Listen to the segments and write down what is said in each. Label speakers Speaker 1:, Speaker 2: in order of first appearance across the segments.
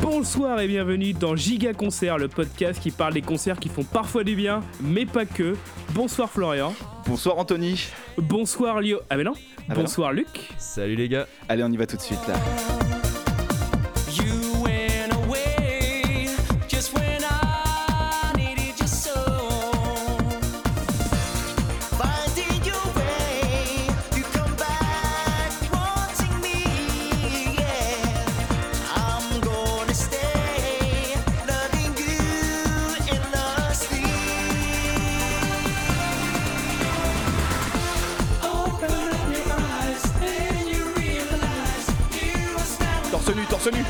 Speaker 1: Bonsoir et bienvenue dans Giga Concert, le podcast qui parle des concerts qui font parfois du bien, mais pas que. Bonsoir Florian.
Speaker 2: Bonsoir Anthony.
Speaker 1: Bonsoir Lio. Ah mais non.
Speaker 2: Ah ben non.
Speaker 1: Bonsoir Luc.
Speaker 3: Salut les gars.
Speaker 2: Allez, on y va tout de suite là.
Speaker 4: You went away just when I needed you so. Finding your way, you come back wanting me. Yeah, I'm gonna stay loving you endlessly.
Speaker 2: Torse nu, torse nu.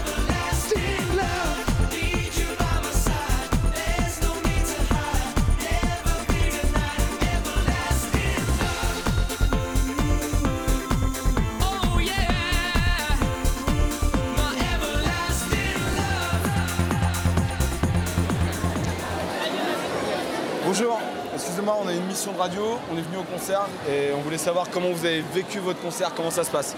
Speaker 5: Bonjour, excusez-moi, on a une mission de radio, on est venu au concert et on voulait savoir comment vous avez vécu votre concert, comment ça se passe.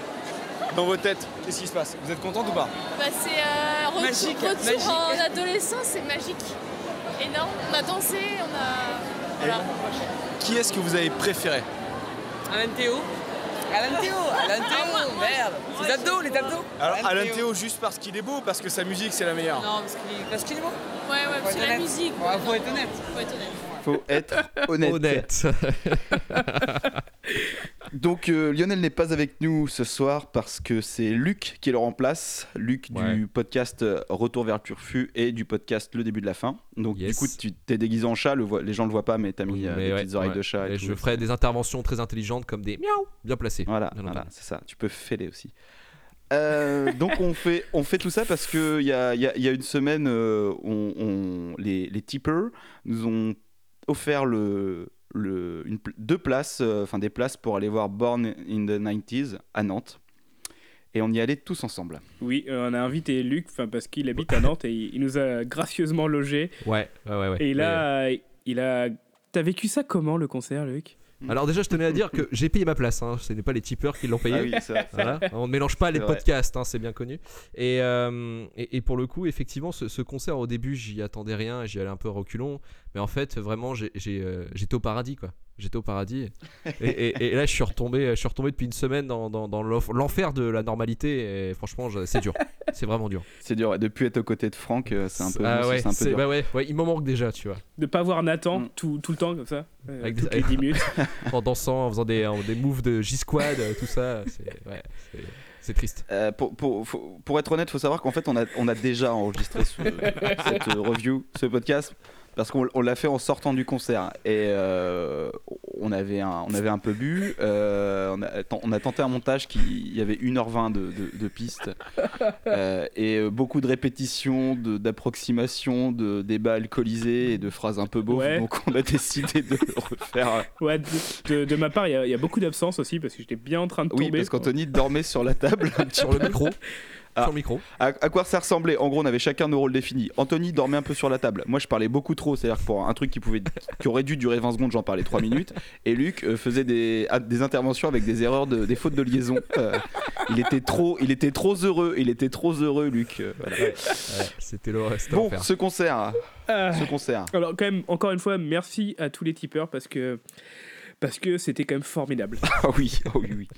Speaker 5: Dans vos têtes, qu'est-ce qui se passe Vous êtes contente ou pas
Speaker 6: Bah, c'est euh, retour,
Speaker 7: Magique,
Speaker 6: retour
Speaker 7: magique.
Speaker 6: en adolescence, c'est magique. Énorme. On a dansé, on a. Voilà.
Speaker 5: Qui est-ce que vous avez préféré
Speaker 7: Alain Théo Ah, Alain Théo Alain Théo Merde Les abdos, les abdos
Speaker 5: Alors Alain Théo juste parce qu'il est beau ou parce que sa musique c'est la meilleure
Speaker 7: Non, parce qu'il parce qu'il est beau.
Speaker 6: Ouais, ouais, parce
Speaker 7: Faut
Speaker 6: que
Speaker 7: être
Speaker 6: la
Speaker 7: honnête.
Speaker 6: musique.
Speaker 7: Ouais, faut être honnête.
Speaker 6: faut être honnête.
Speaker 2: Faut être honnête.
Speaker 3: Honnête.
Speaker 2: Donc euh, Lionel n'est pas avec nous ce soir parce que c'est Luc qui le remplace. Luc
Speaker 3: Ouais.
Speaker 2: du podcast euh, Retour vers le Turfu et du podcast Le début de la fin. Donc
Speaker 3: Yes.
Speaker 2: du coup tu t'es déguisé en chat, le vo- les gens le voient pas mais t'as mis euh,
Speaker 3: Mais
Speaker 2: des
Speaker 3: ouais,
Speaker 2: petites oreilles
Speaker 3: ouais.
Speaker 2: de chat. Et
Speaker 3: Et
Speaker 2: tout.
Speaker 3: je ferai des interventions très intelligentes comme des miaou bien placées.
Speaker 2: Voilà,
Speaker 3: Bien
Speaker 2: voilà,
Speaker 3: entendu.
Speaker 2: c'est ça. Tu peux fêler aussi. Euh, donc on fait, on fait tout ça parce qu'il y a, il y a- il y a une semaine, euh, on, on- les, les tipeurs nous ont offert le, le- une pl- deux places, euh, enfin des places pour aller voir Born in the 90s à Nantes. Et on y allait tous ensemble.
Speaker 1: Oui, euh, on a invité Luc, enfin parce qu'il habite à Nantes et il, il nous a gracieusement logé.
Speaker 3: Ouais, ouais, ouais. ouais.
Speaker 1: Et
Speaker 3: euh,
Speaker 1: là, euh, il a. T'as vécu ça comment le concert, Luc
Speaker 3: euh, Alors déjà, je tenais à dire que j'ai payé ma place. hein. Ce n'est pas les tipeurs qui l'ont payé.
Speaker 2: Ah oui, ça-
Speaker 3: Voilà. On ne mélange pas les
Speaker 2: vrai.
Speaker 3: podcasts, hein, c'est bien connu. Et, euh, et, et pour le coup, effectivement, ce, ce concert, au début, j'y attendais rien, j'y allais un peu reculon. Mais en fait, vraiment, j'ai- j'ai, euh, j'étais au paradis, quoi. J'étais au paradis. Et, et- et là, je suis, retombé, je suis retombé depuis une semaine dans, dans, dans l'enf- l'enfer de la normalité. Et franchement, je- c'est dur. C'est vraiment dur.
Speaker 2: c'est dur. ouais. Depuis être aux côtés de Franck, euh, c'est un peu,
Speaker 3: Ah
Speaker 2: c'est-
Speaker 3: ouais,
Speaker 2: c'est un peu
Speaker 3: c'est-
Speaker 2: dur.
Speaker 3: bah ouais, ouais, il m'en manque déjà, tu vois.
Speaker 1: De pas voir Nathan
Speaker 2: Mm.
Speaker 1: tout, tout le temps comme ça, euh,
Speaker 3: Avec des-
Speaker 1: toutes les 10 minutes.
Speaker 3: En dansant, en faisant des, en- des moves de G-Squad, euh, tout ça. C'est ouais, c'est- c'est triste.
Speaker 2: Euh, pour, pour, faut- pour être honnête, il faut savoir qu'en fait, on a, on a déjà enregistré ce- cette review, ce podcast, parce qu'on on l'a fait en sortant du concert. Et euh, on, avait un, on avait un peu bu. euh, on, a, on a tenté un montage qui il y avait 1h20 de, de, de pistes. euh, et euh, beaucoup de répétitions, de- d'approximations, de, débats alcoolisés et de phrases un peu beaux.
Speaker 1: Ouais.
Speaker 2: Donc, on a décidé de le refaire. euh,
Speaker 1: Ouais, de, de- de ma part, il y a- il y, a beaucoup d'absence aussi parce que j'étais bien en train de
Speaker 2: Oui,
Speaker 1: tomber.
Speaker 2: parce qu'Anthony dormait sur la table.
Speaker 3: Sur le micro.
Speaker 2: Ah.
Speaker 3: Sur le micro.
Speaker 2: À, à quoi ça ressemblait En gros, on avait chacun nos rôles définis. Anthony dormait un peu sur la table. Moi, je parlais beaucoup trop. C'est-à-dire que pour un truc qui, pouvait, qui aurait dû durer 20 secondes, j'en parlais 3 minutes. Et Luc euh, faisait des, ah, des interventions avec des erreurs, de, des fautes de liaison. Euh, il, était trop, il était trop heureux. Il était trop heureux, Luc. Euh, voilà.
Speaker 3: Ouais, c'était l'horreur. c'était
Speaker 2: Bon,
Speaker 3: l'enfer.
Speaker 2: ce concert.
Speaker 1: Ah.
Speaker 2: Ce concert.
Speaker 1: Alors quand même, encore une fois, merci à tous les tipeurs parce que parce que c'était quand même formidable.
Speaker 2: Ah oui, ah oui, oui.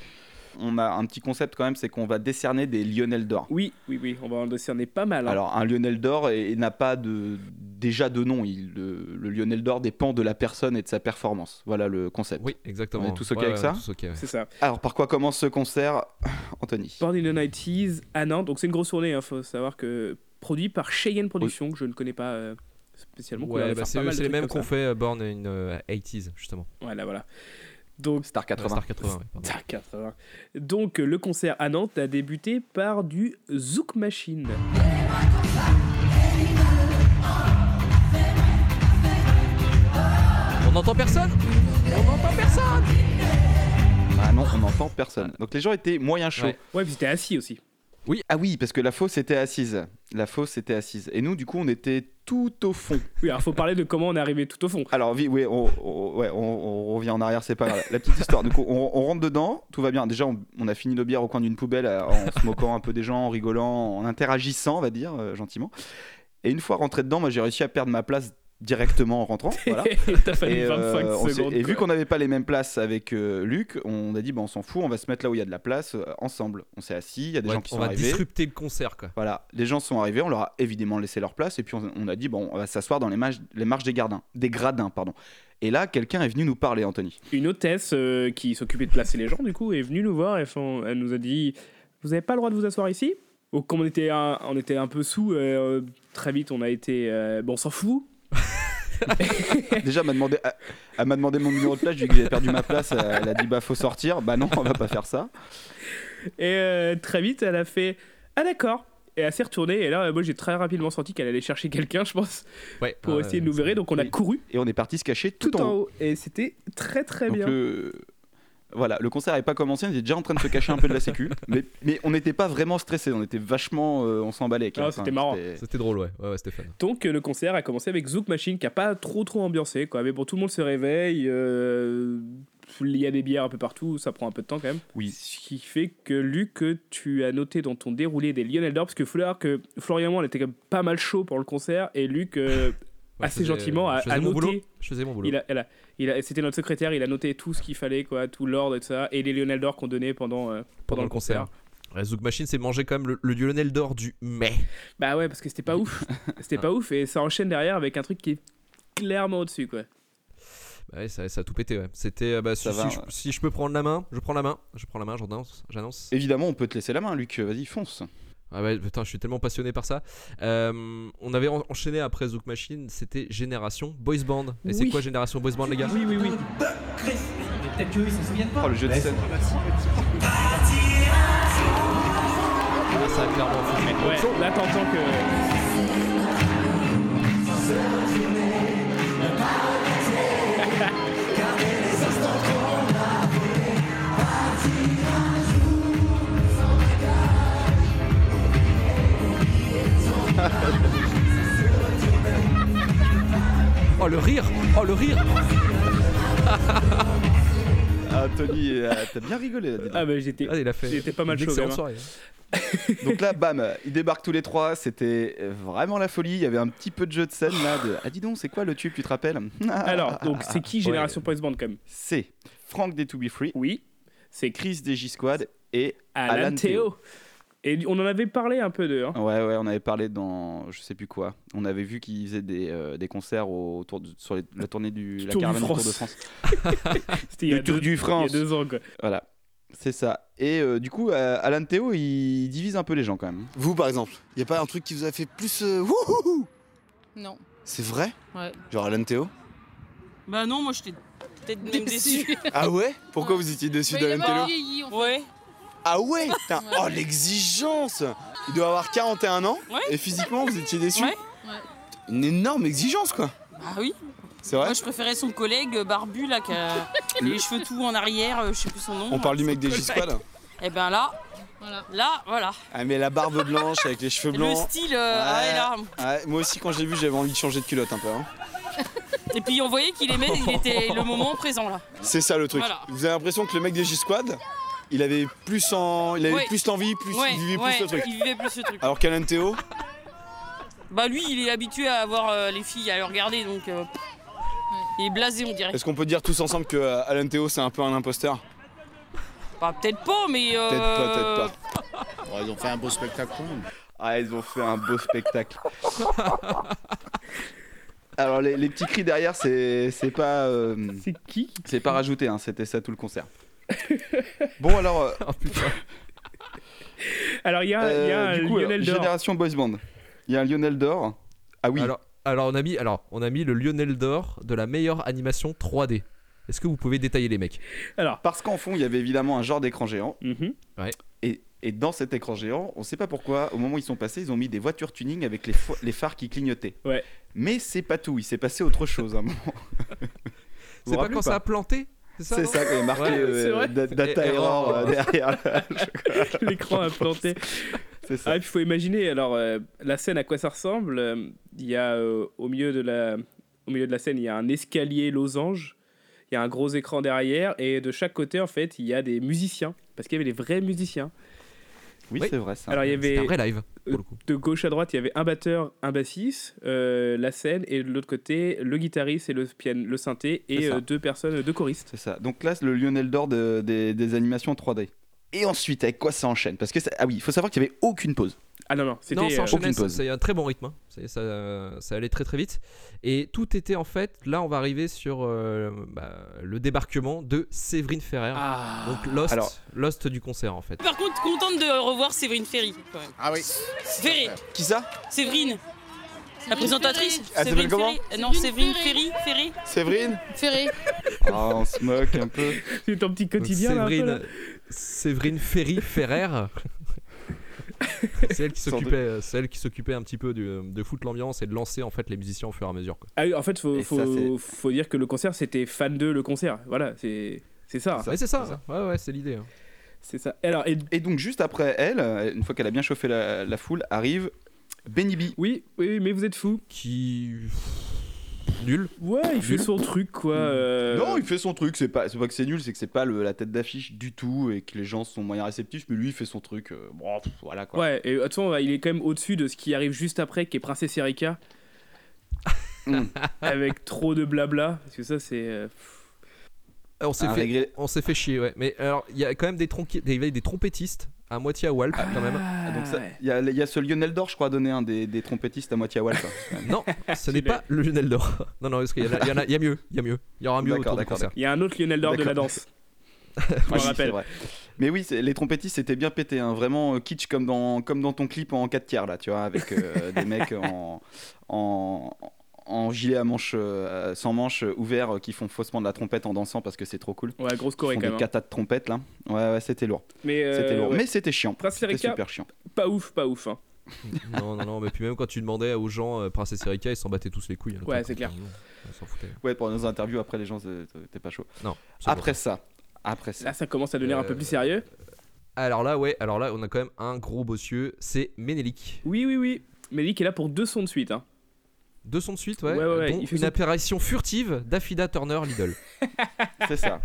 Speaker 2: On a un petit concept quand même, c'est qu'on va décerner des Lionel d'or.
Speaker 1: Oui, oui, oui, on va en décerner pas mal. hein.
Speaker 2: Alors un Lionel d'or et- et n'a pas de déjà de nom. Il, le, le Lionel d'or dépend de la personne et de sa performance. Voilà le concept.
Speaker 3: Oui, exactement.
Speaker 2: On est tous ok avec
Speaker 3: on est
Speaker 2: ça
Speaker 3: tous ok, ouais.
Speaker 1: c'est ça.
Speaker 2: Alors par quoi commence ce concert, Anthony
Speaker 1: Born in the 90s à Nantes. Donc c'est une grosse tournée, il faut savoir que produit par Cheyenne Productions, que je ne connais pas euh, spécialement. qu'on a
Speaker 3: Ouais,
Speaker 1: l'air de
Speaker 3: bah,
Speaker 1: faire
Speaker 3: c'est
Speaker 1: pas
Speaker 3: eux,
Speaker 1: mal de
Speaker 3: c'est les
Speaker 1: trucs
Speaker 3: mêmes
Speaker 1: comme
Speaker 3: qu'on fait euh, Born in euh, 80s, justement.
Speaker 1: ça. Voilà, voilà. Donc
Speaker 2: Star 80.
Speaker 3: Star 80, ouais, pardon.
Speaker 1: Ah, 80. Donc euh, le concert à Nantes a débuté par du Zouk Machine.
Speaker 3: On n'entend personne
Speaker 2: Ah non, on n'entend personne. Donc les gens étaient moyen chauds.
Speaker 3: Ouais.
Speaker 1: Ouais, puis c'était assis aussi.
Speaker 2: Ah oui, parce que la fosse était assise. La fosse était assise. Et nous, du coup, on était tout au fond.
Speaker 1: Oui, alors faut parler de comment on est arrivé tout au fond.
Speaker 2: Alors, vi- oui, on, on- ouais, on- on revient en arrière, c'est pas grave. La petite histoire. Du coup, on, on rentre dedans, tout va bien. Déjà, on, on a fini nos bières au coin d'une poubelle euh, en se moquant un peu des gens, en rigolant, en interagissant, on va dire, euh, gentiment. Et une fois rentré dedans, moi, j'ai réussi à perdre ma place directement en rentrant. Voilà.
Speaker 1: T'as fallu
Speaker 2: Et, euh,
Speaker 1: 25
Speaker 2: on s'est-
Speaker 1: secondes.
Speaker 2: et vu
Speaker 1: quoi.
Speaker 2: qu'on n'avait pas les mêmes places avec euh, Luc, on a dit bah, on s'en fout, on va se mettre là où il y a de la place euh, ensemble. On s'est assis, il y a des
Speaker 3: Ouais,
Speaker 2: gens qui
Speaker 3: on
Speaker 2: sont
Speaker 3: va
Speaker 2: arrivés.
Speaker 3: disrupter le concert quoi.
Speaker 2: Voilà, les gens sont arrivés, on leur a évidemment laissé leur place et puis on, on a dit bon, on va s'asseoir dans les marches, les marches des gardins, des gradins pardon. Et là, quelqu'un est venu nous parler, Anthony.
Speaker 1: Une hôtesse euh, qui s'occupait de placer les gens, du coup, est venue nous voir. Et font- elle nous a dit Vous n'avez pas le droit de vous asseoir ici Donc, comme on était un, on était un peu sous, euh, très vite, on a été euh, Bon, on s'en fout.
Speaker 2: Déjà, elle m'a demandé, elle- elle m'a demandé mon numéro de place, j'ai dit que j'avais perdu ma place. Elle a dit bah faut sortir, bah non, on va pas faire ça.
Speaker 1: Et euh, très vite, elle a fait Ah, d'accord. Et elle s'est retournée. Et là, euh, moi, j'ai très rapidement senti qu'elle allait chercher quelqu'un, je pense,
Speaker 3: Ouais.
Speaker 1: pour
Speaker 3: Ah,
Speaker 1: essayer de
Speaker 3: ouais,
Speaker 1: nous verrer. Donc, on a
Speaker 2: Oui.
Speaker 1: couru
Speaker 2: Et on est parti se cacher tout,
Speaker 1: tout, en haut. Et c'était très, très
Speaker 2: Donc
Speaker 1: bien.
Speaker 2: le- Voilà, le concert n'avait pas commencé, on était déjà en train de se cacher un peu de la sécu, mais, mais on n'était pas vraiment stressé, on était vachement, euh, on s'emballait. avec la
Speaker 1: Ah,
Speaker 2: fin,
Speaker 1: c'était marrant.
Speaker 3: C'était drôle ouais. Ouais, ouais Stéphane.
Speaker 1: Donc euh, le concert a commencé avec Zouk Machine qui a pas trop trop ambiancé quoi, mais bon tout le monde se réveille, euh, il y a des bières un peu partout, ça prend un peu de temps quand même.
Speaker 2: Oui.
Speaker 1: Ce qui fait que Luc, euh, tu as noté dans ton déroulé des Lionel Dor parce que faut savoir que Florian Moine était quand même pas mal chaud pour le concert et Luc euh,
Speaker 3: Ouais,
Speaker 1: assez
Speaker 3: je faisais-
Speaker 1: gentiment à,
Speaker 3: je faisais
Speaker 1: à
Speaker 3: mon boulot.
Speaker 1: noter.
Speaker 3: Je faisais mon boulot.
Speaker 1: Il a, elle a- il a- c'était notre secrétaire, il a noté tout ce qu'il fallait quoi, tout l'ordre et tout ça et les Lionel d'or qu'on donnait pendant euh, pendant le concert.
Speaker 3: Ouais, Zouk Machine s'est mangé quand même le, le Lionel d'or du mai.
Speaker 1: Bah ouais parce que c'était pas ouf, c'était pas ouf et ça enchaîne derrière avec un truc qui est clairement au-dessus quoi.
Speaker 3: Bah ouais, ça, ça a tout pété. Ouais. C'était. euh, bah, si,
Speaker 2: Ça va,
Speaker 3: si
Speaker 2: ouais.
Speaker 3: je, si je peux prendre la main, je prends la main. Je prends la main, j'annonce. j'annonce.
Speaker 2: Évidemment, on peut te laisser la main, Luc, vas-y, fonce.
Speaker 3: Ah ouais, putain, je suis tellement passionné par ça. Euh, on avait en- enchaîné après Zouk Machine, c'était Génération Boys Band. Et c'est
Speaker 1: Oui.
Speaker 3: quoi Génération Boys Band, les gars
Speaker 1: Oui oui oui.
Speaker 8: Peut-être qu'ils se souviennent pas.
Speaker 2: Oh, le jeu de scène.
Speaker 3: Ah, Ça a clairement fait.
Speaker 1: Ouais, là t'entends que.
Speaker 3: Oh le rire Oh le rire
Speaker 2: Ah, Tony, euh, t'as bien rigolé là, dis donc.
Speaker 1: Ah bah j'étais.
Speaker 3: Ah, il a fait.
Speaker 1: J'étais pas mal
Speaker 3: une
Speaker 1: chaud,
Speaker 3: excellente
Speaker 1: gamin.
Speaker 3: soirée. hein.
Speaker 2: Donc là, bam, ils débarquent tous les trois. C'était euh, vraiment la folie. Il y avait un petit peu de jeu de scène là. De... Ah, dis donc, c'est quoi le tube Tu te rappelles
Speaker 1: Alors, donc c'est
Speaker 2: Ah,
Speaker 1: qui Génération Boys Band quand même
Speaker 2: C'est Frank des To Be Free,
Speaker 1: Oui, c'est
Speaker 2: Chris des J-Squad et.
Speaker 1: Alan,
Speaker 2: Alan Théo.
Speaker 1: Théo. Et on en avait parlé un peu de. hein.
Speaker 2: Ouais, ouais, on avait parlé dans. Je sais plus quoi. On avait vu qu'ils faisaient des, euh, des concerts au- autour de- sur les- la tournée du. la
Speaker 1: Tour du
Speaker 2: caravane du Tour de
Speaker 1: France.
Speaker 2: France.
Speaker 1: C'était il y a
Speaker 2: Ah, le Tour
Speaker 1: deux-
Speaker 2: du
Speaker 1: il y a
Speaker 2: France
Speaker 1: deux ans quoi.
Speaker 2: Voilà. C'est ça. Et euh, du coup, euh, Alan Théo, il divise un peu les gens quand même.
Speaker 9: Vous, par exemple, y a pas un truc qui vous a fait plus. euh, wouhouhou
Speaker 6: Non.
Speaker 9: C'est vrai
Speaker 6: Ouais.
Speaker 9: Genre Alan Théo
Speaker 7: Bah non, moi j'étais peut-être même déçu.
Speaker 9: Ah ouais Pourquoi vous étiez dessus
Speaker 6: Mais il a
Speaker 9: d'Alan
Speaker 6: mal
Speaker 9: Théo
Speaker 6: vieilli, en fait.
Speaker 7: Ouais.
Speaker 9: Ah ouais Putain,
Speaker 6: Ouais.
Speaker 9: Oh l'exigence Il doit avoir 41 ans
Speaker 7: Ouais.
Speaker 9: et physiquement vous étiez déçu
Speaker 7: Ouais.
Speaker 6: Ouais.
Speaker 9: Une énorme exigence quoi
Speaker 7: Bah oui.
Speaker 9: C'est vrai
Speaker 7: Moi je préférais son collègue euh, barbu là qui a les cheveux tout en arrière, euh, je sais plus son nom.
Speaker 9: On parle du mec des G-Squad
Speaker 7: Et ben là,
Speaker 6: Voilà.
Speaker 7: là, voilà.
Speaker 9: Ah mais la barbe blanche avec les cheveux
Speaker 7: Et Le
Speaker 9: blancs
Speaker 7: style, euh, ah ouais, là.
Speaker 9: Ouais, Moi aussi quand j'ai vu j'avais envie de changer de culotte un peu hein.
Speaker 7: Et puis on voyait qu'il aimait, il était le moment présent là.
Speaker 9: C'est ça le truc
Speaker 7: Voilà.
Speaker 9: Vous avez l'impression que le mec des G-Squad il avait plus en... il avait
Speaker 7: Ouais.
Speaker 9: plus l'envie, plus
Speaker 7: ouais,
Speaker 9: il vivait
Speaker 7: ouais,
Speaker 9: plus le truc Ah.
Speaker 7: il vivait plus ce truc.
Speaker 9: Alors qu'Alan Théo
Speaker 7: Bah lui, il est habitué à avoir euh, les filles à le regarder, donc euh, il est blasé, on dirait.
Speaker 9: Est-ce qu'on peut dire tous ensemble que euh, Alan Théo c'est un peu un imposteur
Speaker 7: Bah, peut-être pas, mais euh,
Speaker 9: Peut-être pas, peut-être
Speaker 8: ils ont fait un beau spectacle quand même.
Speaker 2: Ah, ils ont fait un beau spectacle. Alors, les, les petits cris derrière, c'est c'est pas. euh,
Speaker 1: C'est qui
Speaker 2: C'est pas rajouté, hein, c'était ça tout le concert. bon alors, euh,
Speaker 3: Oh putain.
Speaker 1: Alors il y a, Ah, il y a
Speaker 2: euh,
Speaker 1: un
Speaker 2: du coup,
Speaker 1: Lionel
Speaker 2: alors,
Speaker 1: d'or.
Speaker 2: génération boys band. Il y a un Lionel d'or. Ah oui.
Speaker 3: Alors, alors, on a mis, alors, on a mis le Lionel d'or de la meilleure animation 3D. Est-ce que vous pouvez détailler les mecs
Speaker 1: Alors.
Speaker 2: Parce qu'en fond, il y avait évidemment un genre d'écran géant.
Speaker 1: mhm.
Speaker 2: Et, et dans cet écran géant, on sait pas pourquoi, au moment où ils sont passés, ils ont mis des voitures tuning avec les, fo- les phares qui clignotaient.
Speaker 1: Ouais.
Speaker 2: Mais c'est pas tout, il s'est passé autre chose à un moment. Vous vous
Speaker 3: C'est pas
Speaker 2: rappelez
Speaker 3: quand ça a planté C'est
Speaker 2: C'est
Speaker 3: ça, non
Speaker 2: ça qui est marqué
Speaker 3: Ouais,
Speaker 2: euh,
Speaker 1: c'est vrai.
Speaker 2: da- data
Speaker 3: Et-
Speaker 2: error
Speaker 3: error,
Speaker 2: euh, derrière.
Speaker 1: L'écran a planté.
Speaker 2: C'est ça.
Speaker 1: Ah, et puis il faut imaginer, alors, euh, la scène, à quoi ça ressemble Euh, Il y a, euh, au, milieu de la, au milieu de la scène, il y a un escalier losange, il y a un gros écran derrière, et de chaque côté, en fait, il y a des musiciens, parce qu'il y avait des vrais musiciens.
Speaker 2: Oui,
Speaker 3: Oui.
Speaker 2: Ah, c'est vrai ça.
Speaker 1: Alors, il y
Speaker 3: C'est un
Speaker 1: avait,
Speaker 3: vrai live, pour le coup.
Speaker 1: de gauche à droite, il y avait un batteur, un bassiste, euh, la scène, et de l'autre côté, le guitariste et le, pian le synthé,
Speaker 2: C'est
Speaker 1: et
Speaker 2: ça.
Speaker 1: euh, deux personnes, deux choristes.
Speaker 2: C'est ça. Donc là, c'est le Lionel d'or de- des, des animations 3D. Et ensuite, avec quoi ça enchaîne Parce que ça- ah oui, il faut savoir qu'il n'y avait aucune pause.
Speaker 1: Ah non, non, c'était...
Speaker 3: Non,
Speaker 1: euh,
Speaker 3: ça enchaînait,
Speaker 2: aucune
Speaker 3: ça-
Speaker 2: pause.
Speaker 3: c'est un très bon rythme. hein. C'est- Ça, euh, ça allait très très vite. Et tout était en fait, là on va arriver sur euh, bah, le débarquement de Séverine Ferrer.
Speaker 1: Ah.
Speaker 3: Donc Lost,
Speaker 2: Alors-
Speaker 3: Lost du concert en fait.
Speaker 7: Par contre, contente de revoir Séverine Ferry. quand même.
Speaker 8: Ah oui.
Speaker 7: Ferry,
Speaker 9: Qui ça
Speaker 7: Séverine, la présentatrice.
Speaker 9: Elle s'appelle comment
Speaker 7: Ferry. Euh, Non,
Speaker 6: Séverine
Speaker 7: Séverine Ferry, Ferry.
Speaker 9: Séverine
Speaker 6: Ferré.
Speaker 2: Ah, on se moque un peu.
Speaker 1: C'est ton petit
Speaker 3: Donc,
Speaker 1: quotidien, là, un peu, là.
Speaker 3: Séverine, Séverine Ferry Ferrer. c'est elle qui
Speaker 2: Sans doute.
Speaker 3: s'occupait, euh, c'est elle qui s'occupait un petit peu du- euh, de foutre l'ambiance et de lancer en fait les musiciens au fur et à mesure. quoi.
Speaker 1: Ah oui, en fait, faut,
Speaker 2: Et ça,
Speaker 1: faut,
Speaker 2: c'est-
Speaker 1: faut dire que le concert, c'était fan 2, le concert. Voilà, c'est c'est
Speaker 2: Ah,
Speaker 1: ça.
Speaker 3: Mais c'est ça, ouais ouais, c'est l'idée. hein.
Speaker 1: C'est ça. Alors, et-
Speaker 2: Et donc, juste après elle, euh, une fois qu'elle a bien chauffé la, la foule, arrive Benny B.
Speaker 1: oui, oui, oui, mais vous êtes fous.
Speaker 3: Qui nul.
Speaker 1: Ouais, il fait son truc, quoi. euh,
Speaker 2: Mm. Non, il fait son truc. C'est pas, c'est pas que c'est nul, c'est que c'est pas le- la tête d'affiche du tout et que les gens sont moyens réceptifs. Mais lui, il fait son truc. euh, bon, pff, voilà quoi.
Speaker 1: Ouais, et de toute façon, il est quand même au-dessus de ce qui arrive juste après, qui est Princesse Erika.
Speaker 2: Mm.
Speaker 1: Avec trop de blabla. Parce que ça, c'est. euh, pff.
Speaker 3: Alors, on s'est
Speaker 2: Un
Speaker 3: fait,
Speaker 2: régré-
Speaker 3: On s'est fait chier, ouais. Mais alors, il y a quand même des, tronqui- des, il y avait des trompettistes à moitié à Walp, quand même.
Speaker 1: Ah,
Speaker 2: Donc ça-
Speaker 1: ouais.
Speaker 2: il y, a- il y a ce Lionel d'or, je crois, donné un des, des trompettistes à moitié à Wall. quoi.
Speaker 1: Ah.
Speaker 3: Non, ce n'est pas le Lionel d'Or. Non, non, parce qu'il y, en a- il y en a- il y a mieux, il y a mieux. Il y aura mieux
Speaker 2: D'accord,
Speaker 3: autour du
Speaker 2: d'accord,
Speaker 3: concert.
Speaker 1: Il y a un autre Lionel d'or de la
Speaker 2: D'accord.
Speaker 1: danse.
Speaker 2: Ah
Speaker 1: me
Speaker 2: oui, c'est
Speaker 1: rappelle.
Speaker 2: vrai. Mais oui, c'est- les trompettistes c'était bien pété, hein, vraiment euh, kitsch comme dans, comme dans ton clip en 4 tiers là, tu vois, avec euh, des mecs en, en, en gilet à manches euh, sans manches euh, ouverts euh, qui font faussement de la trompette en dansant parce que c'est trop cool.
Speaker 1: Ouais, grosse
Speaker 2: Ils
Speaker 1: corée
Speaker 2: font
Speaker 1: quand
Speaker 2: des
Speaker 1: même. hein.
Speaker 2: katas de trompette là. Ouais, ouais, c'était lourd.
Speaker 1: Mais, euh,
Speaker 2: C'était lourd.
Speaker 1: ouais.
Speaker 2: Mais c'était chiant.
Speaker 1: Prince
Speaker 2: C'était
Speaker 1: Erika.
Speaker 2: super chiant.
Speaker 1: Pas ouf, pas ouf. hein.
Speaker 3: Non, non, non, mais puis même quand tu demandais aux gens euh, Princesse Erika, ils s'en battaient tous les couilles. hein.
Speaker 1: Ouais, c'est clair.
Speaker 3: Ils s'en foutaient.
Speaker 2: Ouais, pour nos interviews après, les gens, euh, t'es pas chaud.
Speaker 3: Non. c'est
Speaker 2: Après ça, après ça.
Speaker 1: Là, ça commence à devenir un peu
Speaker 3: Euh,
Speaker 1: plus sérieux.
Speaker 3: bon. Alors là, ouais, alors là, on a quand même un gros bossieux, c'est Ménélique.
Speaker 1: Oui, oui, oui. Mais lui qui est là pour deux sons de suite. Hein.
Speaker 3: Deux sons de suite, ouais.
Speaker 1: Ouais, ouais, ouais,
Speaker 3: dont
Speaker 1: il fait
Speaker 3: une
Speaker 1: son-
Speaker 3: apparition furtive d'Affida Turner Lidl.
Speaker 2: C'est ça.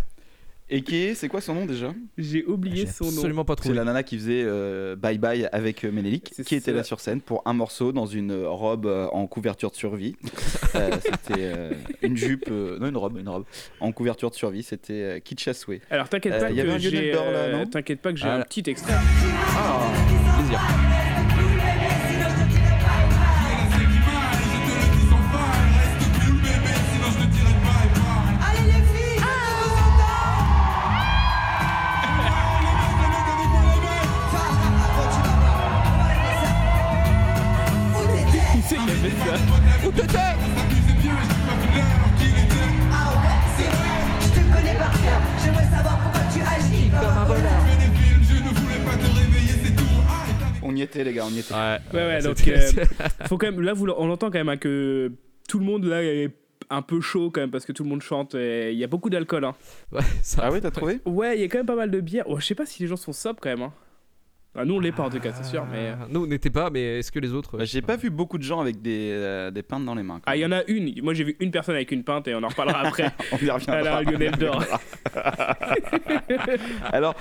Speaker 2: Et qui est, c'est quoi son nom déjà
Speaker 1: J'ai oublié
Speaker 3: Ah, J'ai
Speaker 1: son nom.
Speaker 3: absolument pas
Speaker 2: C'est
Speaker 3: trouvé.
Speaker 2: la nana qui faisait euh, Bye Bye avec euh, Ménélique,
Speaker 1: C'est
Speaker 2: qui était
Speaker 1: ça.
Speaker 2: là sur scène pour un morceau dans une euh, robe euh, en couverture de survie. Euh, c'était euh, une jupe, euh, non une robe, une robe en couverture de survie. C'était euh, Kitsch à souhait.
Speaker 1: Alors t'inquiète
Speaker 2: Euh,
Speaker 1: pas,
Speaker 2: y avait
Speaker 1: que
Speaker 2: un Lionel
Speaker 1: j'ai,
Speaker 2: Dor, là,
Speaker 1: euh,
Speaker 2: non
Speaker 1: t'inquiète pas que j'ai
Speaker 3: Ah,
Speaker 1: un
Speaker 3: là.
Speaker 1: petit extrait.
Speaker 3: Plaisir.
Speaker 1: Qui c'est qui a fait ça
Speaker 2: On y était les gars, on y était.
Speaker 3: Ouais,
Speaker 1: Ouais, ouais, donc,
Speaker 3: Ah,
Speaker 1: euh,
Speaker 3: c'était-
Speaker 1: Faut quand même, là vous, l- on l'entend quand même hein, que tout le monde là est un peu chaud quand même parce que tout le monde chante. et Il y a beaucoup d'alcool. Hein.
Speaker 3: ouais, ça-
Speaker 2: Ah oui, t'as trouvé
Speaker 1: Ouais, il y a quand même pas mal de bière. Oh, je sais pas si les gens sont sobres quand même. Hein. Ah, nous on l'est pas en tout cas, c'est sûr. Mais euh,
Speaker 3: Ah, Nous, on n'était pas, mais est-ce que les autres.
Speaker 2: Bah, J'ai pas vu beaucoup de gens avec des, euh, des pintes dans les mains. quoi.
Speaker 1: ah, il y en a une. Moi j'ai vu une personne avec une pinte et on en reparlera après.
Speaker 2: On y reviendra.
Speaker 1: Elle a un Lionel d'or.
Speaker 2: Alors,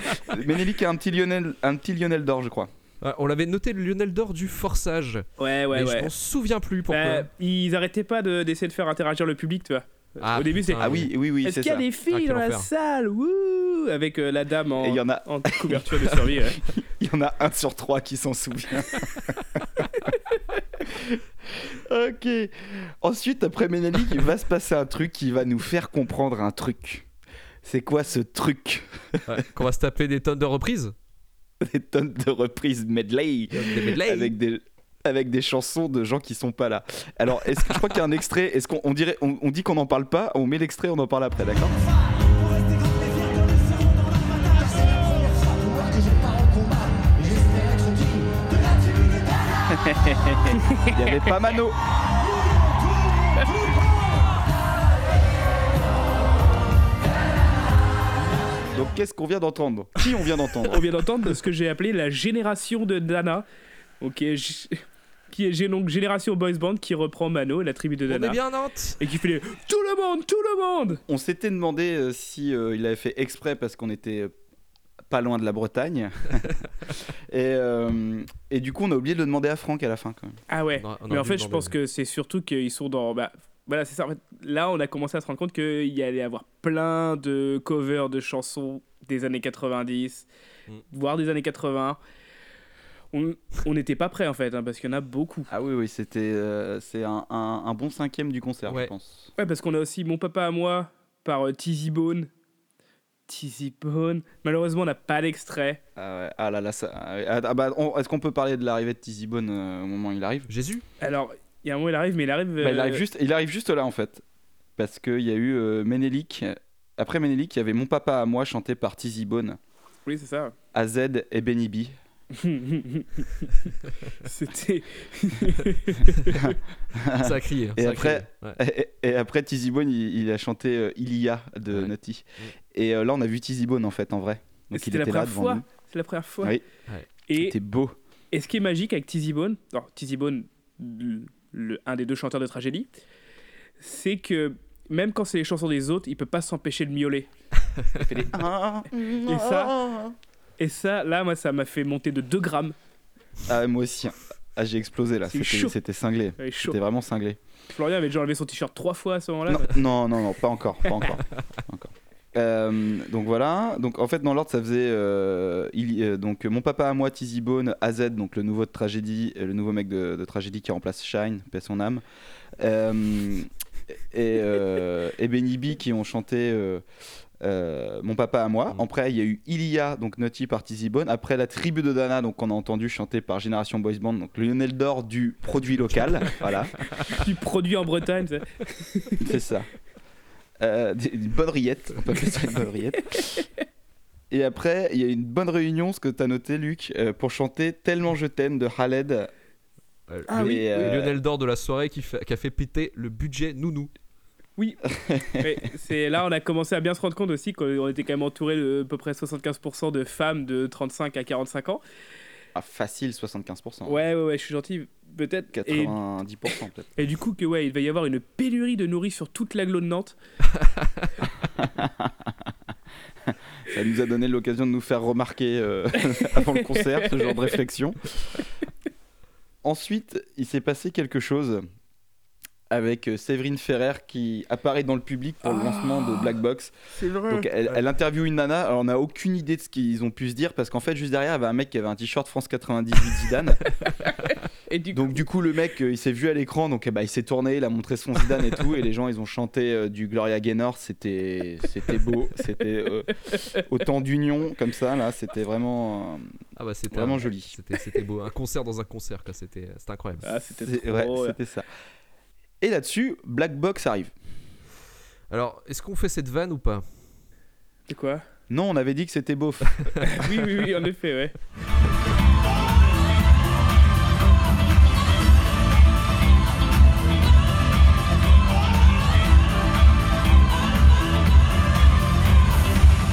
Speaker 2: Ménélique a un petit Lionel, un petit Lionel d'or, je crois.
Speaker 3: Ouais, Ah, on l'avait noté le Lionel d'or du forçage.
Speaker 1: Ouais, ouais,
Speaker 3: mais
Speaker 1: ouais.
Speaker 3: je m'en souviens plus pourquoi.
Speaker 1: Bah, ils arrêtaient pas de- d'essayer de faire interagir le public, tu vois.
Speaker 3: Ah,
Speaker 1: Au début c'est.
Speaker 3: putain,
Speaker 2: Ah oui, oui, oui,
Speaker 1: Est-ce
Speaker 2: c'est
Speaker 1: qu'il y a
Speaker 2: ça.
Speaker 1: des
Speaker 3: Ah,
Speaker 1: filles
Speaker 3: quel
Speaker 1: dans la
Speaker 3: enfer.
Speaker 1: salle Wouh Avec euh, la dame en,
Speaker 2: Et il y en a,
Speaker 1: en couverture de survie. ouais.
Speaker 2: Il y en a un sur trois qui s'en souvient. ok. Ensuite, après Ménélique, il va se passer un truc qui va nous faire comprendre un truc. C'est quoi ce truc
Speaker 3: ouais, Qu'on va se taper des tonnes de reprises.
Speaker 2: Des tonnes de reprises medley
Speaker 3: Des medley.
Speaker 2: avec des avec des chansons de gens qui sont pas là. Alors, est-ce que je crois qu'il y a un extrait Est-ce qu'on on dirait on, on dit qu'on n'en parle pas On met l'extrait, on en parle après, d'accord Il y avait pas Mano. Donc qu'est-ce qu'on vient d'entendre Qui on vient d'entendre
Speaker 1: On vient d'entendre ce que j'ai appelé la génération de Dana. Ok, j- qui est gé- donc Génération Boys Band qui reprend Mano, la tribu de
Speaker 3: On
Speaker 1: Dana.
Speaker 3: est bien à Nantes
Speaker 1: Et qui fait les, Tout le monde, tout le monde
Speaker 2: On s'était demandé euh, si euh, il avait fait exprès parce qu'on était euh, pas loin de la Bretagne. et, euh, et du coup, on a oublié de le demander à Franck à la fin. Quand même.
Speaker 1: Ah ouais.
Speaker 3: On a- on a
Speaker 1: Mais en
Speaker 3: envie
Speaker 1: fait,
Speaker 3: de
Speaker 1: je
Speaker 3: demander,
Speaker 1: pense
Speaker 3: ouais.
Speaker 1: que c'est surtout qu'ils sont dans. bah, voilà, c'est ça. En fait, là, on a commencé à se rendre compte qu'il y allait avoir plein de covers de chansons des années 90,
Speaker 3: Mm.
Speaker 1: voire des années 80. On on n'était pas prêt en fait, hein, parce qu'il y en a beaucoup.
Speaker 2: Ah oui, oui, c'était euh, c'est un, un- un bon cinquième du concert,
Speaker 3: Ouais.
Speaker 2: je pense.
Speaker 1: Ouais, parce qu'on a aussi Mon Papa à moi par euh, Tizzy Bone. Tizzy Bone. Malheureusement, on n'a pas d'extrait.
Speaker 2: Ah, ouais. Ah là là, ça. ah ouais. Ah, ah bah, on- Est-ce qu'on peut parler de l'arrivée de Tizzy Bone euh, au moment où il arrive
Speaker 3: Jésus
Speaker 1: Alors, il y a un moment, il arrive, mais il arrive.
Speaker 2: Bah, il,
Speaker 1: euh,
Speaker 2: arrive juste, il arrive juste là en fait. Parce qu'il y a eu euh, Ménélique. Après Ménélique, il y avait Mon Papa à moi chanté par Tizzy Bone,
Speaker 1: Oui, c'est ça.
Speaker 2: AZ et Benny B.
Speaker 1: C'était.
Speaker 3: Ça a crié. hein,
Speaker 2: Et
Speaker 3: ça a
Speaker 2: après-
Speaker 3: crié, ouais.
Speaker 2: Et, et après Tizzy Bone, il, il a chanté euh, Ilia de
Speaker 3: Ouais.
Speaker 2: Nutty.
Speaker 3: Ouais.
Speaker 2: Et euh, là, on a vu Tizzy Bone en fait en vrai.
Speaker 1: Mais
Speaker 2: Donc il
Speaker 1: C'était la
Speaker 2: était là
Speaker 1: première
Speaker 2: devant
Speaker 1: fois.
Speaker 2: nous.
Speaker 1: C'est la première fois.
Speaker 2: Oui.
Speaker 3: Ouais.
Speaker 1: Et,
Speaker 2: C'était beau.
Speaker 1: et ce qui est magique avec Tizzy Bone, alors Tizzy Bone, le- le- un des deux chanteurs de tragédie, c'est que même quand c'est les chansons des autres, il peut pas s'empêcher de miauler. ah. Et ça, et ça, là, moi, ça m'a fait monter de 2 grammes.
Speaker 2: Ah, moi aussi. Ah, j'ai explosé là.
Speaker 1: C'est
Speaker 2: C'était
Speaker 1: chaud.
Speaker 2: c'était cinglé.
Speaker 1: Ouais, chaud.
Speaker 2: C'était vraiment cinglé.
Speaker 1: Florian avait déjà enlevé son t-shirt trois fois à ce moment-là.
Speaker 2: Non, non, non, non, pas encore, pas encore. pas encore. Euh, donc voilà, donc en fait dans l'ordre ça faisait euh, il- euh, donc mon papa à moi, Tizzy Bone, AZ, donc le nouveau de tragédie, euh, le nouveau mec de, de tragédie qui remplace Shine, paix son âme, Euh, et, euh, et Benny B qui ont chanté euh, euh, mon papa à moi.
Speaker 3: Mm.
Speaker 2: Après il y a eu Ilia, donc Naughty par Tizzy Bone. Après la tribu de Dana, donc qu'on a entendu chanter par Génération Boys Band, donc Lionel d'or du produit local, voilà.
Speaker 1: Tu produis en Bretagne. ça.
Speaker 2: C'est ça. Euh, des- une bonne rillette, on peut appeler ça une bonne rillette. Et après, il y a une bonne réunion, ce que tu as noté, Luc, euh, pour chanter Tellement je t'aime de Khaled.
Speaker 3: Euh,
Speaker 1: Ah
Speaker 3: le-
Speaker 1: oui,
Speaker 2: Et,
Speaker 1: oui,
Speaker 2: euh,
Speaker 3: Lionel Dor de la soirée qui, fait- qui a fait péter le budget nounou.
Speaker 1: Ouais, c'est là on a commencé à bien se rendre compte aussi qu'on était quand même entouré de à peu près 75% de femmes de 35 à 45 ans.
Speaker 2: Ah, facile, 75%.
Speaker 1: Ouais, ouais, ouais, je suis gentil, peut-être. Et,
Speaker 2: 90% peut-être.
Speaker 1: et du coup que ouais, il va y avoir une pénurie de nourrice sur toute l'agglo de Nantes.
Speaker 2: Ça nous a donné l'occasion de nous faire remarquer euh, avant le concert ce genre de réflexion. Ensuite, il s'est passé quelque chose avec euh, Séverine Ferrer qui apparaît dans le public pour le lancement de Black Box.
Speaker 1: Ah, C'est vrai.
Speaker 2: Donc elle, elle interviewe une nana, alors on n'a aucune idée de ce qu'ils ont pu se dire parce qu'en fait juste derrière il y avait un mec qui avait un t-shirt France 98 Zidane.
Speaker 1: et du coup,
Speaker 2: donc du coup le mec euh, il s'est vu à l'écran donc eh ben, il s'est tourné, il a montré son Zidane et tout et les gens ils ont chanté euh, du Gloria Gaynor, c'était c'était beau, c'était euh, autant d'union comme ça là, c'était vraiment euh,
Speaker 3: Ah bah c'était
Speaker 2: vraiment
Speaker 3: un-
Speaker 2: joli.
Speaker 3: C'était c'était beau, un concert dans un concert, quoi. C'était euh, c'était incroyable.
Speaker 1: ah, c'était
Speaker 2: C'est-
Speaker 1: trop.
Speaker 2: ouais,
Speaker 1: ouais.
Speaker 2: c'était ça. Et là-dessus, Black Box arrive.
Speaker 3: Alors, est-ce qu'on fait cette vanne ou pas
Speaker 1: C'est quoi
Speaker 2: Non, on avait dit que c'était beau.
Speaker 1: Oui, oui, oui, en effet, ouais.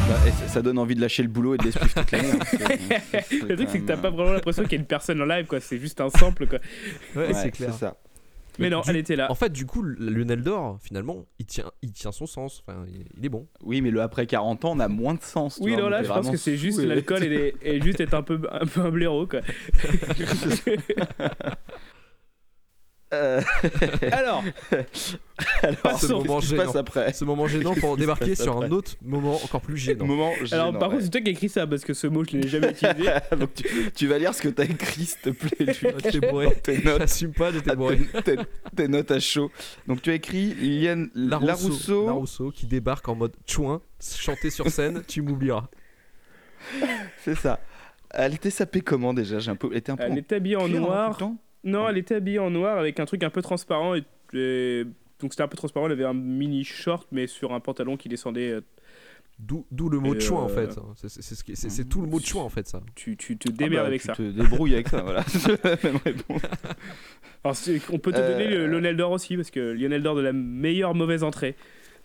Speaker 2: Bah, et ça- ça donne envie de lâcher le boulot et de les suivre toute l'année. hein, parce que-
Speaker 1: Le truc, c'est que
Speaker 2: quand
Speaker 1: t'as
Speaker 2: même,
Speaker 1: pas
Speaker 2: euh,
Speaker 1: vraiment l'impression qu'il y a une personne en live, quoi. C'est juste un sample, quoi.
Speaker 3: Ouais,
Speaker 2: ouais, ça.
Speaker 1: Mais non,
Speaker 3: du-
Speaker 1: elle était là.
Speaker 3: En fait, du coup, Lionel Dor, finalement, il tient, il tient son sens. Enfin, il il est bon.
Speaker 2: Oui, mais le après 40 ans, on a moins de sens. tu
Speaker 1: Oui,
Speaker 2: vois,
Speaker 1: non,
Speaker 2: on
Speaker 1: là,
Speaker 2: est
Speaker 1: je pense
Speaker 2: vraiment
Speaker 1: que c'est juste
Speaker 2: sous et-
Speaker 1: l'alcool et, les- et juste être un peu un, peu un blaireau, quoi.
Speaker 2: Euh,
Speaker 1: Alors,
Speaker 2: Alors,
Speaker 3: Ce
Speaker 2: qu'est-ce
Speaker 3: moment
Speaker 2: qui se passe
Speaker 3: gênant.
Speaker 2: après
Speaker 3: Ce moment gênant
Speaker 2: Qu'est-ce
Speaker 3: pour
Speaker 2: qui se
Speaker 3: débarquer
Speaker 2: passe
Speaker 3: sur un
Speaker 2: après
Speaker 3: autre moment encore plus gênant.
Speaker 2: Moment
Speaker 1: alors
Speaker 2: gênant,
Speaker 1: par contre,
Speaker 2: ouais.
Speaker 1: c'est toi qui as écrit ça, parce que ce mot, je l'ai jamais utilisé.
Speaker 2: Donc, tu, tu vas lire ce que t'as écrit, s'il te plaît, Luc,
Speaker 3: Ah, T'es
Speaker 2: dans
Speaker 3: bourré.
Speaker 2: tes notes.
Speaker 3: J'assume pas, j'étais
Speaker 2: à
Speaker 3: bourré.
Speaker 2: tes, tes- tes notes à chaud. Donc tu as écrit Liane Larousseau,
Speaker 3: Larousseau qui débarque en mode chouin, chanté sur scène, tu m'oublieras.
Speaker 2: c'est ça. Elle était sapée comment déjà J'ai un peu, elle était un peu
Speaker 1: Elle était habillée en
Speaker 2: cuir, hein,
Speaker 1: noir.
Speaker 2: tout le temps
Speaker 1: Non, elle était habillée en noir avec un truc un peu transparent. Et, et- donc c'était un peu transparent, elle avait un mini short, mais sur un pantalon qui descendait. euh,
Speaker 3: D'où d'où le mot
Speaker 1: Et,
Speaker 3: chouin
Speaker 1: euh,
Speaker 3: en fait. C'est- C'est c'est ce qui- c'est- c'est tout le mot de chouin en fait, ça.
Speaker 1: Tu, tu te
Speaker 2: Ah
Speaker 1: démerdes
Speaker 2: bah,
Speaker 1: avec
Speaker 2: tu
Speaker 1: ça.
Speaker 2: te débrouilles avec ça, voilà. Même réponse.
Speaker 1: Alors, c'est- on peut te
Speaker 2: Euh,
Speaker 1: donner le Lionel d'or aussi, parce que Lionel d'or de la meilleure mauvaise entrée.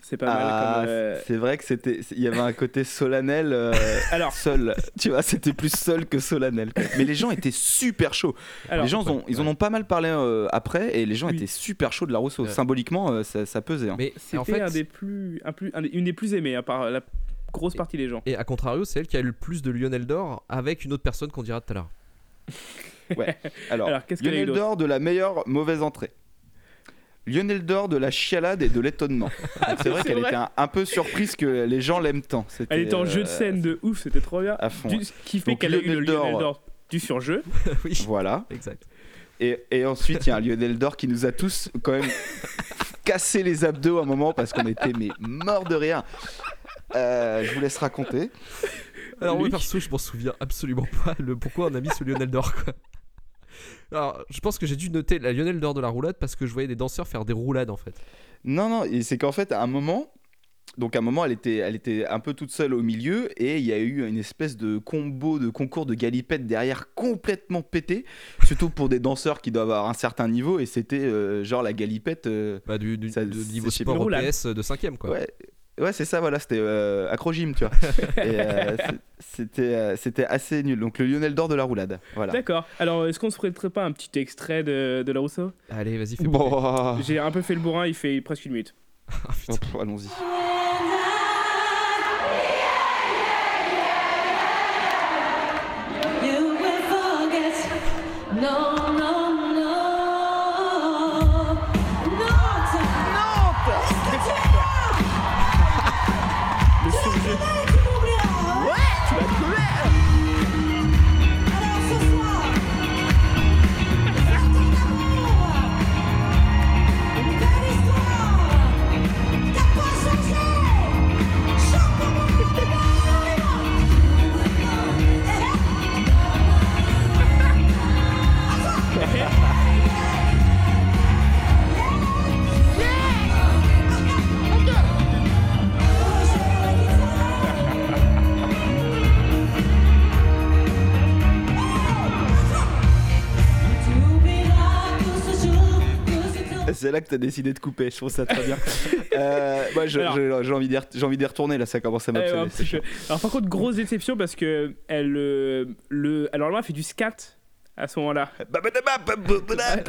Speaker 1: C'est pas mal.
Speaker 2: Ah,
Speaker 1: Comme, euh,
Speaker 2: C'est vrai que c'était, il y avait un côté solennel. euh,
Speaker 1: Alors.
Speaker 2: seul, tu vois, c'était plus seul que solennel. quoi. Mais les gens étaient super chauds.
Speaker 1: Alors,
Speaker 2: les gens, ont- ils en ont pas mal parlé euh, après, et les gens
Speaker 1: Oui.
Speaker 2: étaient super chauds de la Rousseau.
Speaker 3: Ouais.
Speaker 2: Symboliquement, euh, ça, ça pesait. hein.
Speaker 3: Mais
Speaker 1: C'était
Speaker 3: en fait,
Speaker 1: un des plus, un plus, un des- une des plus aimées hein, par la grosse partie des gens.
Speaker 3: et à contrario, c'est elle qui a eu le plus de Lionel d'or avec une autre personne qu'on dira tout à l'heure.
Speaker 2: Alors,
Speaker 1: Alors, qu'est-ce qu'elle a eu
Speaker 2: Lionel
Speaker 1: d'autre
Speaker 2: Dor de la meilleure mauvaise entrée. Lionel Dor de la chialade et de l'étonnement. Donc, C'est vrai
Speaker 1: Ah, C'est
Speaker 2: qu'elle
Speaker 1: vrai.
Speaker 2: était un, un peu surprise que les gens l'aiment tant.
Speaker 1: Elle était en
Speaker 2: euh,
Speaker 1: jeu de scène de ouf, c'était trop bien.
Speaker 2: à fond.
Speaker 1: Du- ce qui fait
Speaker 2: Donc,
Speaker 1: qu'elle a eu le
Speaker 2: Lionel d'or.
Speaker 1: Lionel d'or du surjeu.
Speaker 3: oui,
Speaker 2: Voilà.
Speaker 3: exact.
Speaker 2: Et, et ensuite, il y a un Lionel Dor qui nous a tous quand même cassé les abdos à un moment parce qu'on était mais morts de rire. Euh, je vous laisse raconter.
Speaker 3: Alors moi
Speaker 1: Luc
Speaker 3: perso, je m'en souviens absolument pas le pourquoi on a mis ce Lionel d'or quoi. Alors, je pense que j'ai dû noter la Lionel d'or de la roulade parce que je voyais des danseurs faire des roulades en fait.
Speaker 2: Non, non, et c'est qu'en fait, à un moment, donc à un moment, elle était, elle était un peu toute seule au milieu et il y a eu une espèce de combo de concours de galipettes derrière complètement pété, surtout pour des danseurs qui doivent avoir un certain niveau et c'était euh, genre la galipette. euh,
Speaker 3: Bah, du, du-
Speaker 2: Ça,
Speaker 3: de
Speaker 2: c'est
Speaker 3: niveau
Speaker 2: chez
Speaker 3: sport
Speaker 1: Roulade.
Speaker 3: EPS de 5ème quoi.
Speaker 2: Ouais, ouais c'est ça, voilà, c'était euh, acro-gym, tu vois. Et, euh, c'est- c'était, euh, c'était assez nul. Donc le Lionel d'or de la roulade. Voilà.
Speaker 1: D'accord. Alors, est-ce qu'on se ferait pas un petit extrait de, de la Rousseau
Speaker 3: Allez, vas-y, fais bon.
Speaker 2: Bon, ah,
Speaker 1: J'ai un peu fait le bourrin, il fait presque une minute.
Speaker 2: hop, allons-y.
Speaker 1: Le surjeu.
Speaker 2: C'est là que t'as décidé de couper, je trouve ça très bien. Euh, moi, je-
Speaker 1: Alors-
Speaker 2: je- j'ai envie d'y re- j'ai envie d'y retourner, là, ça commence à
Speaker 1: Eh ouais,
Speaker 2: m'obséder.
Speaker 1: un
Speaker 2: c'est
Speaker 1: petit peu. Alors, par contre, grosse déception parce que elle. euh, le... Alors là, elle fait du scat à ce moment-là.
Speaker 2: chiant. Babadababababada.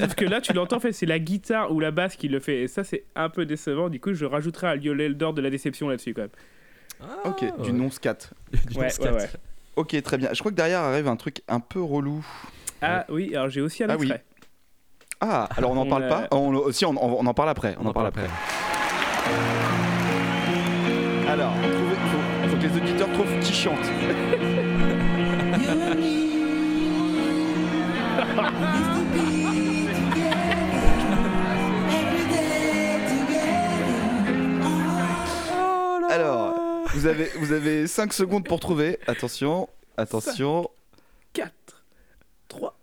Speaker 1: Sauf que là, tu l'entends, en fait, c'est la guitare ou la basse qui le fait. Et ça, c'est un peu décevant. Du coup, je rajouterai à Lionel d'or de la déception là-dessus, quand même.
Speaker 2: Ok, du non-scat.
Speaker 3: Du
Speaker 1: Ouais, ouais,
Speaker 3: non-scat.
Speaker 1: ouais.
Speaker 2: Ok, très bien. Je crois que derrière arrive un truc un peu relou.
Speaker 1: Ah oui, alors j'ai aussi un
Speaker 2: Ah oui.
Speaker 1: extrait.
Speaker 2: Ah, alors on n'en
Speaker 1: On
Speaker 2: parle
Speaker 1: a-
Speaker 2: pas on, on- Si, on, on- on en parle après. On, en parle après. Alors, trouvez- faut, faut que les auditeurs trouvent qui chante. Alors, vous avez, vous avez 5 secondes pour trouver. Attention, attention.
Speaker 1: 4, 3.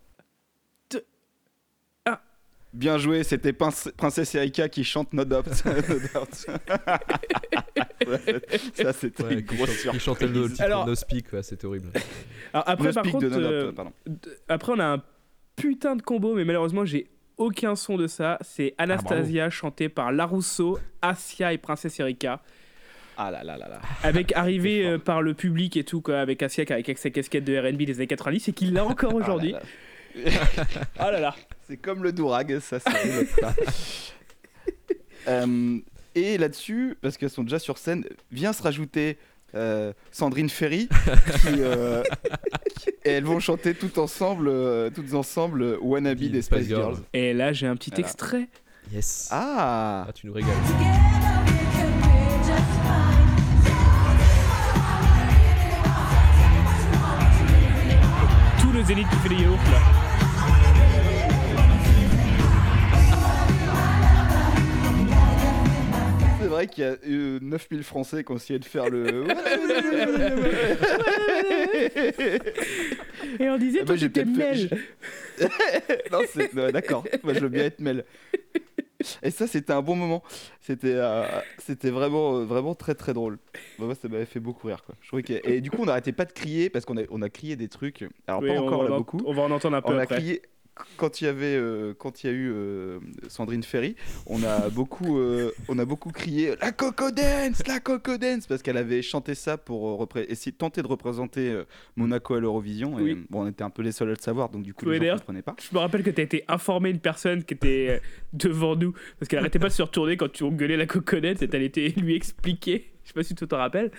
Speaker 2: Bien joué, c'était Pince- Princesse Erika qui chante No Doubt. No Doubt. ça, c'était
Speaker 3: Ouais,
Speaker 2: une
Speaker 3: qui
Speaker 2: grosse
Speaker 3: chante- qui
Speaker 2: surprise.
Speaker 3: chantait le titre
Speaker 1: Alors-
Speaker 3: No Speak, ouais, c'était horrible.
Speaker 1: Alors, après,
Speaker 2: No
Speaker 1: par
Speaker 2: Speak
Speaker 1: contre,
Speaker 2: de No Doubt,
Speaker 1: euh,
Speaker 2: pardon.
Speaker 1: d- après, on a un putain de combo, mais malheureusement, j'ai aucun son de ça. C'est
Speaker 2: Ah,
Speaker 1: Anastasia chantée par Larousseau, Asia et Princesse Erika.
Speaker 2: Ah là là là là.
Speaker 1: Avec arrivée
Speaker 2: Ah, fort.
Speaker 1: euh, par le public et tout, quoi, avec Asia avec sa casquette de RB des années 90 et qu'il l'a encore aujourd'hui.
Speaker 2: Ah là là.
Speaker 1: Ah là là.
Speaker 2: C'est comme le dourag, ça se développe pas. Euh, et là-dessus, parce qu'elles sont déjà sur scène, vient se rajouter euh, Sandrine Ferry, qui, euh, et elles vont chanter toutes ensemble, euh, toutes ensemble, euh, Wannabe
Speaker 3: Dis,
Speaker 2: des Spice Girls.
Speaker 1: Et là, j'ai un petit
Speaker 2: Voilà.
Speaker 1: extrait.
Speaker 3: Yes.
Speaker 2: Ah
Speaker 3: Ah, tu nous régales.
Speaker 1: Tout le zénith qui fait des yaourts, là.
Speaker 2: C'est vrai qu'il y a euh, 9000 Français qui ont essayé de faire le.
Speaker 1: Et on disait,
Speaker 2: Ah bah,
Speaker 1: toi,
Speaker 2: j'ai
Speaker 1: t'étais
Speaker 2: peut-être fait-
Speaker 1: Mel.
Speaker 2: non, c'est- non, d'accord, moi je veux bien être Mel. Et ça, c'était un bon moment. C'était euh, c'était vraiment, euh, vraiment très très drôle. Bah, moi, ça m'avait fait beaucoup rire. Quoi. Je trouvais que- Et du coup, on n'arrêtait pas de crier parce qu'on a, on a crié des trucs. Alors,
Speaker 1: Oui,
Speaker 2: pas encore
Speaker 1: va
Speaker 2: là
Speaker 1: en-
Speaker 2: beaucoup.
Speaker 1: On va en entendre un peu
Speaker 2: On a
Speaker 1: après.
Speaker 2: crié quand il y avait, euh, quand il y a eu euh, Sandrine Ferry, on a beaucoup, euh, on a beaucoup crié la Coco Dance, la Coco Dance, parce qu'elle avait chanté ça pour euh, repré- essayer- tenter de représenter euh, Monaco à l'Eurovision. Et
Speaker 1: Oui.
Speaker 2: bon, on était un peu les seuls à le savoir, donc du coup,
Speaker 1: Oui,
Speaker 2: les gens
Speaker 1: d'ailleurs.
Speaker 2: comprenaient pas.
Speaker 1: Je me rappelle que t'as été informé une personne qui était euh, devant nous parce qu'elle arrêtait pas de se retourner quand tu engueulais la coconette et t'allais t- lui expliquer. Je sais pas si tu t'en rappelles.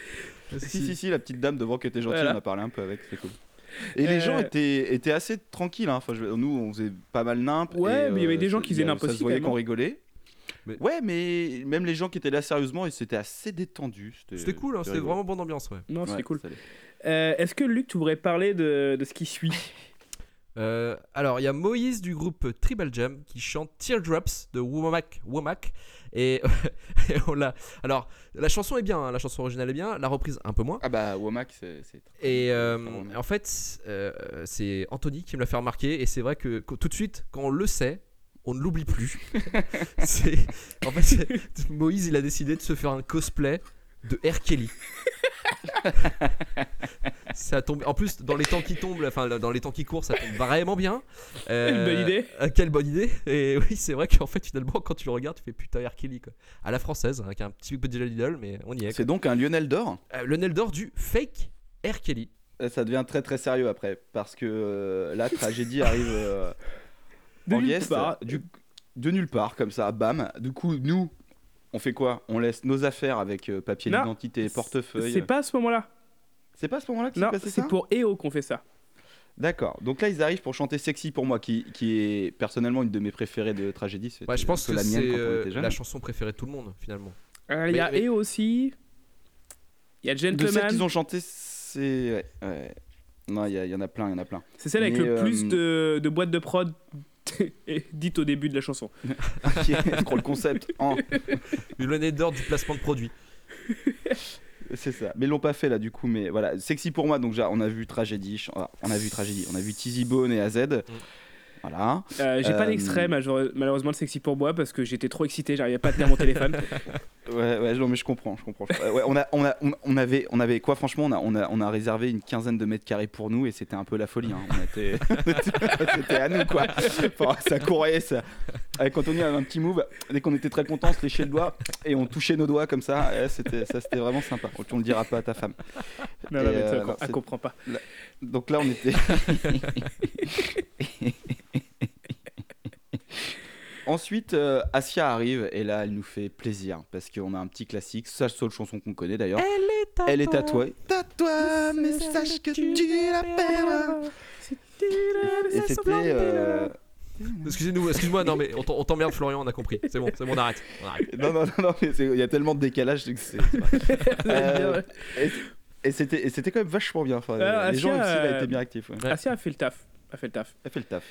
Speaker 2: Si, si, si, la petite dame devant qui était gentille,
Speaker 1: Voilà.
Speaker 2: on a parlé un peu avec, c'est cool. Et
Speaker 1: Euh.
Speaker 2: les gens étaient, étaient assez tranquilles. hein. Enfin, je- nous, on faisait pas mal nimp.
Speaker 1: Ouais,
Speaker 2: et,
Speaker 1: mais il y avait des gens qui
Speaker 2: il y
Speaker 1: faisaient
Speaker 2: avait-
Speaker 1: nimp
Speaker 2: ça se
Speaker 1: aussi,
Speaker 2: voyait
Speaker 1: quand même,
Speaker 2: qu'on
Speaker 1: hein.
Speaker 2: rigolait.
Speaker 3: Mais-
Speaker 2: Ouais, mais même les gens qui étaient là sérieusement, ils s'étaient assez détendus.
Speaker 3: C'était cool, hein, c'était
Speaker 2: rigolo.
Speaker 3: vraiment bonne ambiance, ouais.
Speaker 1: Non, c'était
Speaker 2: Ouais,
Speaker 1: cool.
Speaker 2: ça l'est.
Speaker 1: Euh, Est-ce que Luc, tu voudrais parler de, de ce qui suit
Speaker 3: Euh, alors, il y a Moïse du groupe Tribal Jam qui chante Teardrops de Womack. Womack et, et on l'a. Alors, la chanson est bien, hein, la chanson originale est bien, la reprise un peu moins.
Speaker 2: Ah bah, Womack, c'est. c'est-
Speaker 3: Et euh,
Speaker 2: Enfin, Womack.
Speaker 3: en fait, euh, c'est Anthony qui me l'a fait remarquer, et c'est vrai que qu- tout de suite, quand on le sait, on ne l'oublie plus. c'est, en fait, c'est- Moïse, il a décidé de se faire un cosplay de R. Kelly. ça tombe. En plus, dans les temps qui tombent, enfin dans les temps qui courent, ça tombe vraiment bien. Euh,
Speaker 1: Une bonne idée.
Speaker 3: euh, quelle bonne idée Et oui, c'est vrai qu'en fait, finalement, quand tu le regardes, tu fais putain R. Kelly quoi. À la française, hein, avec un petit peu de l'idole, mais on y est.
Speaker 2: C'est donc un Lionel d'or.
Speaker 3: quoi. Euh, le Nel d'or du fake R. Kelly.
Speaker 2: Euh, Ça devient très très sérieux après, parce que euh, la tragédie arrive euh,
Speaker 1: De
Speaker 2: en
Speaker 1: nulle
Speaker 2: guest,
Speaker 1: part.
Speaker 2: du- de nulle part, comme ça, bam. Du coup, nous, on fait quoi On laisse nos affaires avec euh, papier
Speaker 1: Non,
Speaker 2: d'identité, portefeuille.
Speaker 1: C'est pas à ce moment-là.
Speaker 2: C'est pas à ce moment-là que
Speaker 1: Non,
Speaker 2: c'est passé ça
Speaker 1: c'est pour EO qu'on fait ça.
Speaker 2: D'accord. Donc là, ils arrivent pour chanter Sexy pour moi, qui, qui est personnellement une de mes préférées de tragédie. C'était
Speaker 3: Ouais, Bah, je pense
Speaker 2: un
Speaker 3: que,
Speaker 2: peu la mienne
Speaker 3: c'est
Speaker 2: quand on
Speaker 3: euh,
Speaker 2: était jeune.
Speaker 3: la chanson préférée de tout le monde finalement.
Speaker 1: Euh, Il y a
Speaker 3: Mais- mais-
Speaker 1: EO aussi. Il y a
Speaker 2: De celles
Speaker 1: Gentleman.
Speaker 2: qu'ils ont chantées, c'est. ouais, ouais. Non, il y, a- il y en a plein, il y en a plein.
Speaker 1: C'est celle avec
Speaker 2: Mais,
Speaker 1: le
Speaker 2: euh,
Speaker 1: plus de, de boîtes de prod dites au début de la chanson.
Speaker 2: Ok, je crois le concept. Oh,
Speaker 3: Une année d'or du placement de produit.
Speaker 2: c'est ça. Mais ils l'ont pas fait là, du coup. Mais voilà, Sexy pour moi. Donc déjà, on a vu tragédie. ch- ah, On a vu tragédie. On a vu Tizzy Bone et AZ. Voilà.
Speaker 1: Euh, J'ai pas
Speaker 2: Euh,
Speaker 1: d'extrait malheure- malheureusement de sexy pour moi parce que j'étais trop excité, j'arrivais pas à tenir mon téléphone.
Speaker 2: Ouais, ouais, non, mais je comprends, je comprends. je comprends. Ouais, on, a, on, a, on, on avait, on avait quoi, franchement, on a, on, a, on a réservé une quinzaine de mètres carrés pour nous et c'était un peu la folie. hein. On était- on était- c'était à nous, quoi. Enfin, ça courait, ça. Avec Anthony, on avait un petit move. Dès qu'on était très content, on se léchait le doigt et on touchait nos doigts comme ça. Ouais, c'était, ça, c'était vraiment sympa. On le dira pas à ta femme.
Speaker 1: non,
Speaker 2: Et,
Speaker 1: non, mais ça,
Speaker 2: euh,
Speaker 1: elle
Speaker 2: non,
Speaker 1: elle
Speaker 2: c'est-
Speaker 1: comprend pas.
Speaker 2: Donc là, on était. Ensuite, euh, Asia arrive et là, elle nous fait plaisir parce qu'on a un petit classique, sa seule chanson qu'on connaît d'ailleurs. Elle est tatouée. Tatoue, mais sache que tu la perds. Et c'était. euh,
Speaker 3: Excusez-nous, excuse-moi, non mais on t'en- on t'emmerde Florian, on a compris. C'est bon, c'est bon, on arrête. on arrête.
Speaker 2: Non, non, non, non, mais c'est- il y a tellement de décalage que c'est. Euh, et et c'était et c'était quand même vachement bien. Enfin,
Speaker 1: Ah,
Speaker 2: les gens,
Speaker 1: Asia,
Speaker 2: aussi, elle
Speaker 1: euh,
Speaker 2: a été bien actif. ouais.
Speaker 1: Asia a fait le taf. A fait le taf.
Speaker 2: Elle fait le taf.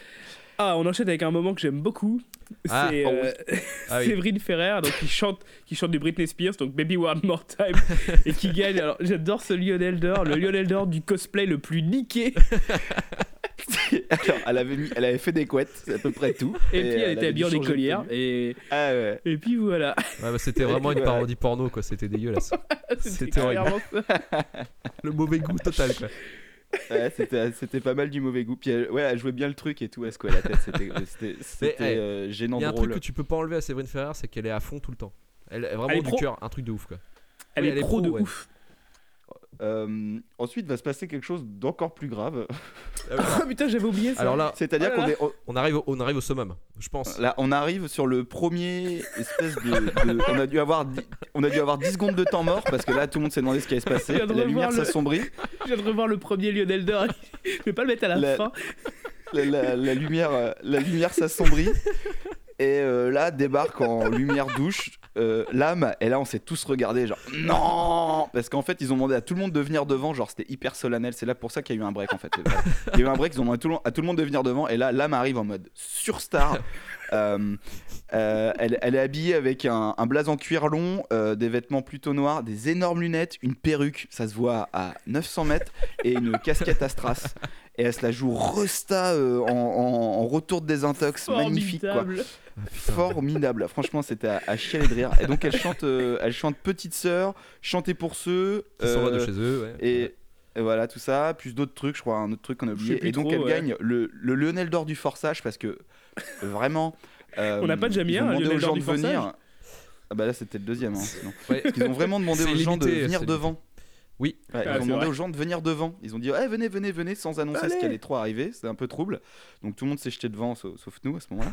Speaker 1: Ah, on enchaîne avec un moment que j'aime beaucoup.
Speaker 3: Ah,
Speaker 1: c'est
Speaker 3: oh
Speaker 1: euh,
Speaker 3: Ah oui.
Speaker 1: Séverine Ferrer, donc qui chante, qui chante du Britney Spears, donc Baby One More Time, et qui gagne. Alors j'adore ce Lionel d'or, le Lionel d'or du cosplay le plus niqué.
Speaker 2: Alors, elle avait, mis- elle avait fait des couettes, c'est à peu près tout.
Speaker 1: Et, puis elle,
Speaker 2: avait
Speaker 1: était habillée
Speaker 2: dû
Speaker 1: en
Speaker 2: changer de
Speaker 1: écolière.
Speaker 2: tenue.
Speaker 1: Et,
Speaker 2: Ah ouais.
Speaker 1: et puis voilà.
Speaker 3: Ouais, bah, c'était vraiment une parodie porno quoi, c'était dégueulasse. C'était horrible.
Speaker 1: clairement ça.
Speaker 3: Le mauvais goût total quoi.
Speaker 2: Ouais, c'était, c'était pas mal du mauvais goût. Puis elle, ouais, elle jouait bien le truc et tout, elle secouait la tête. C'était, c'était, c'était,
Speaker 3: eh,
Speaker 2: euh, gênant
Speaker 3: Il y a un
Speaker 2: drôle.
Speaker 3: truc que tu peux pas enlever à Séverine Ferrer, c'est qu'elle est à fond tout le temps. Ah, Elle est
Speaker 1: Elle est
Speaker 3: vraiment du
Speaker 1: pro.
Speaker 3: cœur, un truc de ouf quoi.
Speaker 1: Elle
Speaker 3: Oui,
Speaker 1: est pro de
Speaker 3: ouais.
Speaker 1: ouf.
Speaker 2: Euh, ensuite, va se passer quelque chose d'encore plus grave.
Speaker 1: Ah putain, j'avais oublié ça.
Speaker 3: Alors là,
Speaker 2: C'est-à-dire
Speaker 1: Oh là
Speaker 2: qu'on est, on-
Speaker 3: on arrive au, on arrive au summum, je pense.
Speaker 2: là, on arrive sur le premier espèce de. de- on, a dû avoir dix- on a dû avoir 10 secondes de temps mort parce que là, tout le monde s'est demandé ce qui allait se passer.
Speaker 1: Je viens de
Speaker 2: La
Speaker 1: revoir
Speaker 2: lumière
Speaker 1: le-
Speaker 2: s'assombrit.
Speaker 1: je viens de revoir le premier Lionel d'or. Je vais pas le mettre à la
Speaker 2: La-
Speaker 1: fin.
Speaker 2: la, la- la lumière, euh, la lumière s'assombrit. Et euh, là débarque en lumière douche euh, l'âme. Et là, on s'est tous regardés, genre non, parce qu'en fait, ils ont demandé à tout le monde de venir devant. Genre, c'était hyper solennel. C'est là pour ça qu'il y a eu un break en fait. Il y a eu un break. Ils ont demandé à tout le, à tout le monde de venir devant. Et là, l'âme arrive en mode surstar. Euh, euh, elle, elle est habillée avec un, un blason en cuir long, euh, des vêtements plutôt noirs, des énormes lunettes, une perruque, ça se voit à 900 mètres, et une casquette à strass et elle se la joue resta euh, en, en- en retour de désintox magnifique quoi.
Speaker 1: Formidable.
Speaker 2: formidable franchement c'était à, à chialer de rire et donc elle chante euh, elle chante petite sœur chanter pour ceux
Speaker 3: Qui s'en va de
Speaker 2: euh,
Speaker 3: chez eux, ouais.
Speaker 2: et Et voilà, tout ça, plus d'autres trucs, je crois, un autre truc qu'on a
Speaker 1: sais
Speaker 2: oublié.
Speaker 1: plus
Speaker 2: Et donc,
Speaker 1: trop,
Speaker 2: elle
Speaker 1: ouais.
Speaker 2: gagne le, le Lionel d'or du forçage parce que vraiment. euh,
Speaker 1: On n'a pas déjà mis
Speaker 2: ils ont
Speaker 1: un, un
Speaker 2: demandé
Speaker 1: Lionel
Speaker 2: aux gens
Speaker 1: d'or du
Speaker 2: de venir.
Speaker 1: forçage
Speaker 2: Ah bah là, c'était le deuxième. hein, sinon.
Speaker 3: Ouais.
Speaker 2: Parce qu'ils ont vraiment demandé
Speaker 3: C'est
Speaker 2: aux gens de
Speaker 3: limité,
Speaker 2: venir
Speaker 3: c'est
Speaker 2: devant.
Speaker 3: Oui.
Speaker 1: Ah,
Speaker 2: Ouais, ils ont
Speaker 1: c'est
Speaker 2: demandé
Speaker 1: vrai.
Speaker 2: aux gens de venir devant. Ils ont dit Eh, venez, venez, venez, sans annoncer ce
Speaker 1: Allez.
Speaker 2: qu'il y allait trop arriver. C'était un peu trouble. Donc tout le monde s'est jeté devant, sauf, sauf nous à ce moment-là.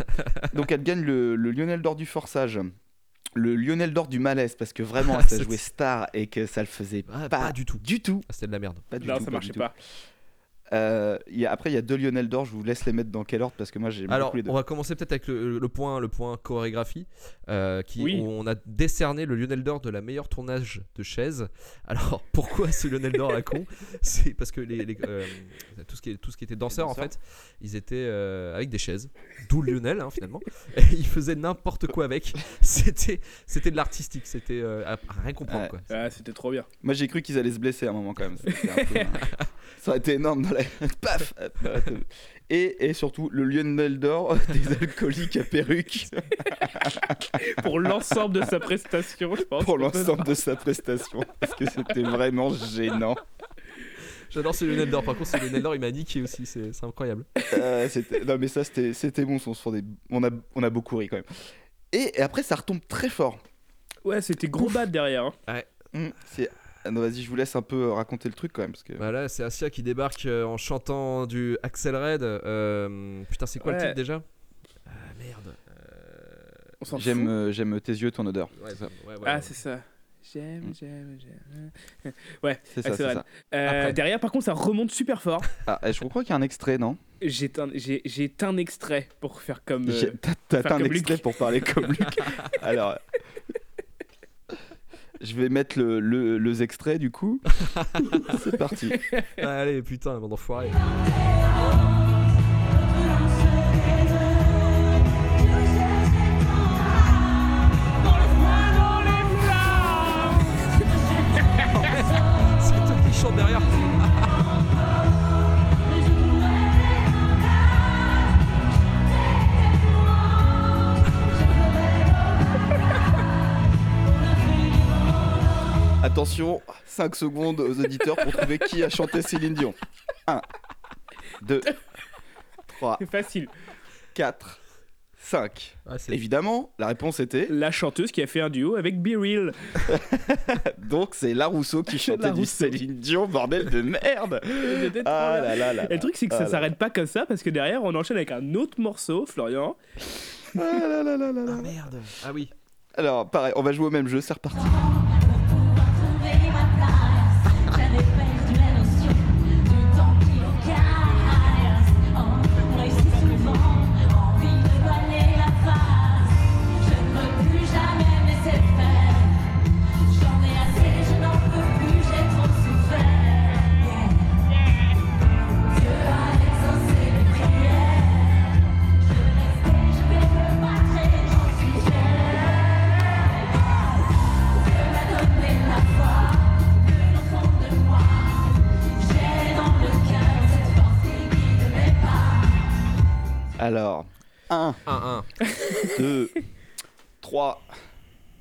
Speaker 2: Donc elle gagne le, le Lionel d'or du forçage. Le Lionel d'or du malaise, parce que vraiment, ça
Speaker 3: C'est-
Speaker 2: jouait star et que ça le faisait
Speaker 3: Ah,
Speaker 2: pas,
Speaker 3: pas du tout.
Speaker 2: Du tout.
Speaker 3: Ah, c'était de la merde.
Speaker 2: Pas du
Speaker 1: Non,
Speaker 2: tout,
Speaker 1: ça
Speaker 2: du
Speaker 1: marchait
Speaker 2: tout.
Speaker 1: pas.
Speaker 2: Euh, il y a- après, il y a deux Lionel d'or. Je vous laisse les mettre dans quel ordre parce que moi, j'ai
Speaker 3: Alors,
Speaker 2: beaucoup les deux.
Speaker 3: on va commencer peut-être avec le, le point, le point chorégraphie, euh, qui
Speaker 1: Oui.
Speaker 3: où on a décerné le Lionel d'or de la meilleure tournage de chaise. Alors, pourquoi ce Lionel d'or à la con C'est parce que les, les, euh, tout ce qui est- tout ce qui était danseur en fait, ils étaient euh, avec des chaises, d'où le Lionel hein, finalement. Et ils faisaient n'importe quoi avec. C'était c'était de l'artistique, c'était euh, à à rien comprendre
Speaker 2: Ouais.
Speaker 3: quoi.
Speaker 1: Ah, c'était trop bien.
Speaker 2: Moi, j'ai cru qu'ils allaient se blesser à un moment quand même. C'était un peu- euh, Ça aurait été énorme dans la. Paf et, et surtout, le Lionel d'or des alcooliques à perruque
Speaker 1: Pour l'ensemble de sa prestation, je pense.
Speaker 2: pour
Speaker 1: qu'on peut-
Speaker 2: l'ensemble de sa prestation. Parce que c'était vraiment gênant.
Speaker 3: J'adore ce Lionel d'or. Par contre, ce Lionel d'or, il m'a niqué aussi. C'est c'est incroyable.
Speaker 2: Euh, c'était- non mais ça c'était c'était bon on, se font des- on, a, on a beaucoup ri quand même et, et après ça retombe très fort
Speaker 1: Ouais, c'était gros bad derrière. hein.
Speaker 2: Hmm, c'est ah non vas-y je vous laisse un peu euh, raconter le truc quand même parce que
Speaker 3: Voilà, Bah c'est Asia qui débarque euh, en chantant du Axel Red. euh, putain, c'est quoi le
Speaker 1: Ouais.
Speaker 3: titre déjà Ah, Merde. Euh,
Speaker 1: On s'en
Speaker 2: j'aime
Speaker 1: fout.
Speaker 2: euh, j'aime tes yeux ton odeur
Speaker 3: ouais, ouais, ouais,
Speaker 1: Ah,
Speaker 3: ouais.
Speaker 1: c'est ça. J'aime, j'aime, j'aime.
Speaker 2: Mm. c'est ça
Speaker 1: Axel
Speaker 2: c'est
Speaker 1: Red.
Speaker 2: ça
Speaker 1: Euh,
Speaker 3: Après.
Speaker 1: derrière, par contre, ça remonte super fort.
Speaker 2: Ah, et je crois qu'il y a un extrait non
Speaker 1: J'ai un, j'ai- j'ai un extrait pour faire comme. euh,
Speaker 2: J'ai- t'as- T'as
Speaker 1: faire
Speaker 2: t'as un
Speaker 1: comme
Speaker 2: extrait
Speaker 1: Luc.
Speaker 2: pour parler comme Luc. Alors, euh, je vais mettre le, le- les extraits du coup. C'est parti.
Speaker 3: Ah, allez, putain, bande d'enfoirés. C'est toi qui chante derrière.
Speaker 2: Attention, 5 secondes aux auditeurs pour trouver qui a chanté Céline Dion. 1, 2, 3,
Speaker 1: C'est facile.
Speaker 2: 4, 5.
Speaker 3: Ah, c'est-
Speaker 2: Évidemment, la réponse était
Speaker 1: La chanteuse qui a fait un duo avec Be Real.
Speaker 2: donc c'est La Rousseau qui
Speaker 1: La
Speaker 2: chantait du
Speaker 1: Rousseau.
Speaker 2: Céline Dion, bordel de merde.
Speaker 1: C'était trop
Speaker 2: Ah
Speaker 1: bien.
Speaker 2: là là là.
Speaker 1: Et le truc, c'est que
Speaker 2: Ah
Speaker 1: ça
Speaker 2: là.
Speaker 1: s'arrête pas comme ça parce que derrière, on enchaîne avec un autre morceau, Florian.
Speaker 2: Ah là là là là là.
Speaker 3: merde. Ah oui.
Speaker 2: Alors pareil, on va jouer au même jeu, c'est reparti. Alors, 1,
Speaker 3: 1-1.
Speaker 2: 2, 3,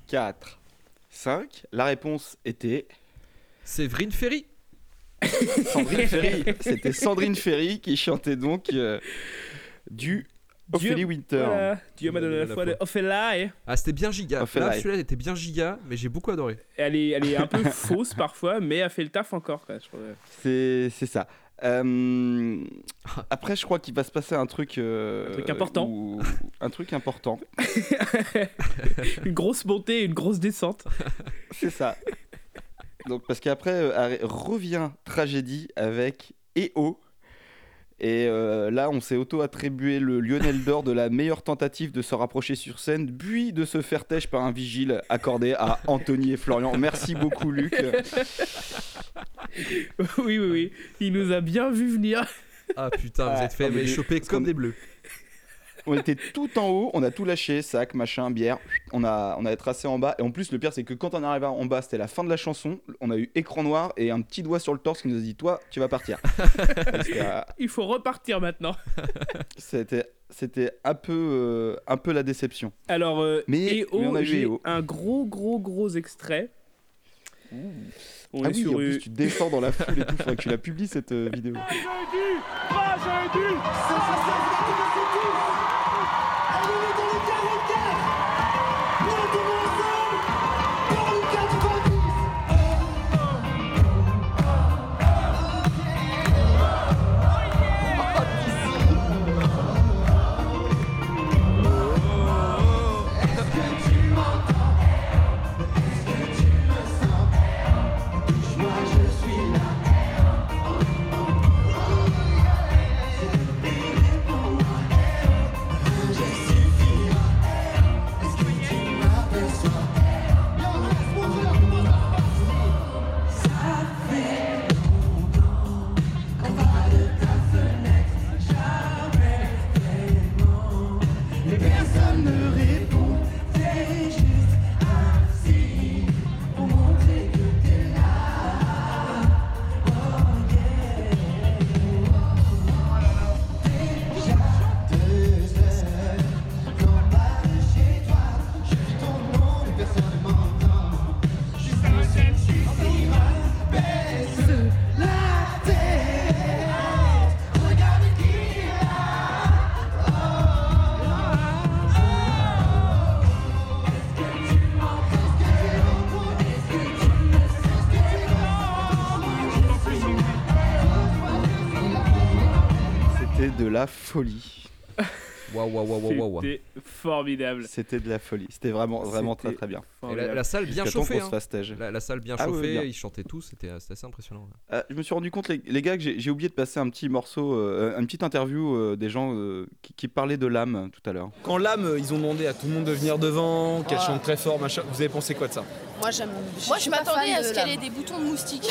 Speaker 2: 4, 5. La réponse était
Speaker 3: Séverine Ferry.
Speaker 2: Sandrine Ferry. C'était Sandrine Ferry qui chantait donc euh, du
Speaker 1: Dieu-
Speaker 2: Ophélie Winter.
Speaker 1: Voilà. Dieu m'a donné la foi de Ophélie.
Speaker 3: Ah, c'était bien giga.
Speaker 2: On fait
Speaker 3: Là,
Speaker 2: live.
Speaker 3: celui-là était bien giga, mais j'ai beaucoup adoré.
Speaker 1: Elle est, elle est un peu fausse parfois, mais elle fait le taf encore. quoi, je trouve.
Speaker 2: C'est, c'est ça. Euh, après, je crois qu'il va se passer un truc, euh,
Speaker 1: Un truc important.
Speaker 2: où- un truc important.
Speaker 1: Une grosse montée et une grosse descente.
Speaker 2: C'est ça. Donc, parce qu'après euh, arri- revient Tragédie avec EO. Et euh, là, on s'est auto-attribué le Lionel d'or de la meilleure tentative de se rapprocher sur scène, puis de se faire têche par un vigile accordé à Anthony et Florian. Merci beaucoup, Luc.
Speaker 1: oui, oui, oui. Il nous a bien vu venir.
Speaker 3: Ah putain, vous
Speaker 2: Ouais.
Speaker 3: êtes fait
Speaker 2: Non, mais
Speaker 3: mais
Speaker 2: j'ai-
Speaker 3: choper
Speaker 2: parce qu'on-
Speaker 3: comme des bleus.
Speaker 2: On était tout en haut, on a tout lâché, sac, machin, bière. On a, on a tracé en bas. Et en plus, le pire, c'est que quand on arrive Eh ben, en bas, c'était la fin de la chanson. On a eu écran noir et un petit doigt sur le torse qui nous a dit Toi, tu vas partir. Parce que, euh,
Speaker 1: Il faut repartir maintenant.
Speaker 2: C'était, c'était un peu, euh, un peu la déception.
Speaker 1: Alors, euh,
Speaker 2: Mais-
Speaker 1: EO,
Speaker 2: mais on a eu
Speaker 1: j'ai
Speaker 2: EO.
Speaker 1: un gros, gros, gros extrait. On
Speaker 2: ah
Speaker 1: est
Speaker 2: oui, en
Speaker 1: sur
Speaker 2: plus,
Speaker 1: une-
Speaker 2: tu descends dans la foule et tout. Faudrait que tu la publies cette euh, vidéo. C'était de la folie.
Speaker 3: Waouh, waouh, waouh, waouh, waouh.
Speaker 1: C'était formidable.
Speaker 2: C'était de la folie. C'était vraiment, vraiment très
Speaker 1: C'était
Speaker 2: très bien.
Speaker 3: Et
Speaker 1: formidable.
Speaker 3: la, la salle bien
Speaker 2: Jusqu'à temps
Speaker 3: chauffée.
Speaker 2: qu'on se
Speaker 3: hein.
Speaker 2: fasse tège.
Speaker 3: La, la salle bien
Speaker 2: Ah oui,
Speaker 3: chauffée,
Speaker 2: bien.
Speaker 3: ils chantaient tous, c'était c'était assez impressionnant. là.
Speaker 2: Euh, je me suis rendu compte, les, les gars, que j'ai j'ai oublié de passer un petit morceau, euh, une petite interview euh, des gens euh, qui, qui parlaient de l'âme euh, tout à l'heure.
Speaker 5: Quand l'âme, ils ont demandé à tout le monde de venir devant,
Speaker 2: Ah.
Speaker 5: qu'elle chante très fort, machin, vous avez pensé quoi de ça
Speaker 10: Moi, j'aime.
Speaker 6: Moi, je
Speaker 10: suis pas
Speaker 6: m'attendais
Speaker 10: fan
Speaker 6: à
Speaker 10: de
Speaker 6: ce qu'elle
Speaker 10: lame.
Speaker 6: ait des boutons de moustique.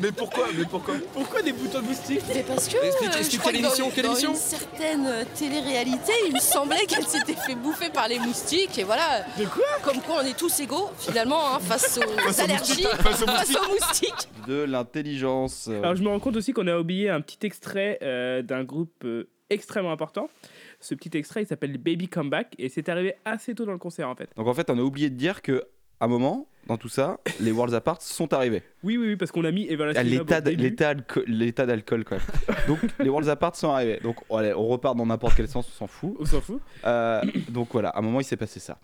Speaker 5: Mais pourquoi Mais pourquoi Pourquoi des boutons moustiques
Speaker 10: Mais parce que.
Speaker 5: Explique-
Speaker 10: euh,
Speaker 5: explique
Speaker 10: je crois
Speaker 5: quelle
Speaker 10: que dans-
Speaker 5: émission, quelle
Speaker 10: dans
Speaker 5: émission
Speaker 10: une certaine euh, télé-réalité, il me semblait qu'elle s'était fait bouffer par les moustiques, et voilà. De quoi Comme quoi, on est tous égaux, finalement, hein, face aux allergies, face aux moustiques.
Speaker 2: De l'intelligence. euh,
Speaker 1: Alors je me rends compte aussi qu'on a oublié un petit extrait euh, d'un groupe euh, extrêmement important. Ce petit extrait, il s'appelle Baby Comeback et c'est arrivé assez tôt dans le concert en fait.
Speaker 2: Donc en fait, on a oublié de dire que à un moment, dans tout ça, les Worlds Apart sont arrivés.
Speaker 1: Oui, oui, oui, parce qu'on a mis Eva
Speaker 2: À
Speaker 1: Lassilva
Speaker 2: Ah, l'état
Speaker 1: au début.
Speaker 2: l'état alco- l'état d'alcool, quoi. Donc les Worlds Apart sont arrivés. Donc allez, on repart dans n'importe quel sens, on s'en fout.
Speaker 1: On s'en fout.
Speaker 2: Euh, donc voilà, à un moment, il s'est passé ça.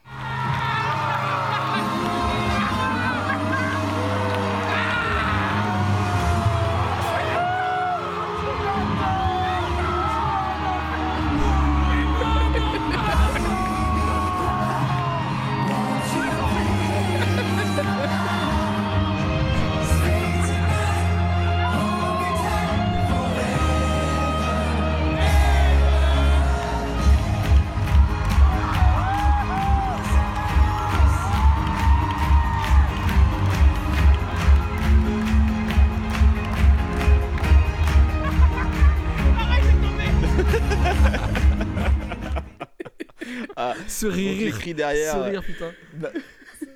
Speaker 3: Ce
Speaker 2: Donc, les
Speaker 3: rire,
Speaker 2: cris
Speaker 3: rire,
Speaker 2: derrière.
Speaker 3: ce rire, putain.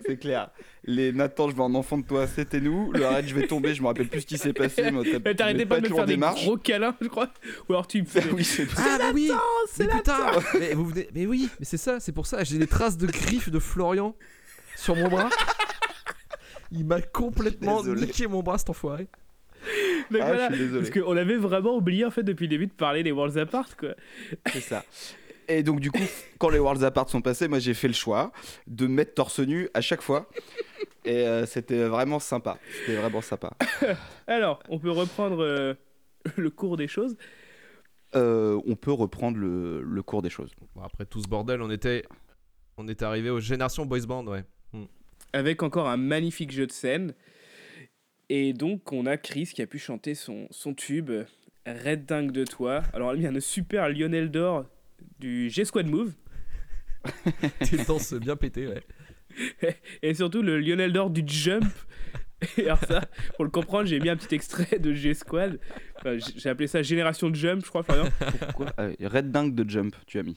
Speaker 2: C'est clair. Les Nathan, je veux un enfant de toi, c'était nous. Le arrête, je vais tomber, je me rappelle plus ce qui s'est passé. moi, t'as-
Speaker 1: Mais
Speaker 2: mais
Speaker 1: T'arrêtais pas de me
Speaker 2: toujours
Speaker 1: faire des
Speaker 2: marches. Ah,
Speaker 1: gros câlins, je crois. Ou alors tu me fais.
Speaker 2: oui, c'est
Speaker 3: Ah mais oui Mais putain mais, vous venez... mais oui, mais c'est ça, c'est pour ça, j'ai des traces de griffes de Florian sur mon bras. Il m'a complètement
Speaker 2: Désolé.
Speaker 3: niqué mon bras cet enfoiré.
Speaker 1: Donc
Speaker 2: Ah,
Speaker 1: voilà.
Speaker 2: je suis désolé.
Speaker 1: Parce qu'on avait vraiment oublié en fait depuis le début de parler des Worlds Apart quoi.
Speaker 2: C'est ça. Et donc, du coup, quand les Worlds Apart sont passés, moi j'ai fait le choix de me mettre torse nu à chaque fois. Et euh, c'était vraiment sympa. C'était vraiment sympa.
Speaker 1: Alors, on peut reprendre euh, le cours des choses.
Speaker 2: Euh, on peut reprendre le, le cours des choses.
Speaker 3: Bon après tout ce bordel, on était on était arrivé aux générations boys band, ouais.
Speaker 1: avec encore un magnifique jeu de scène. Et donc, on a Chris qui a pu chanter son, son tube euh, Red Dingue de toi. Alors, il y a un super Lionel d'or du G-Squad Move
Speaker 3: Des danses bien pétées, ouais.
Speaker 1: et surtout le Lionel d'or du Jump. Et alors, ça, pour le comprendre, j'ai mis un petit extrait de G-Squad. Enfin, j- j'ai appelé ça Génération Jump, je crois, Florian.
Speaker 2: Quoi Ah oui, Red Dingue de Jump, tu as mis.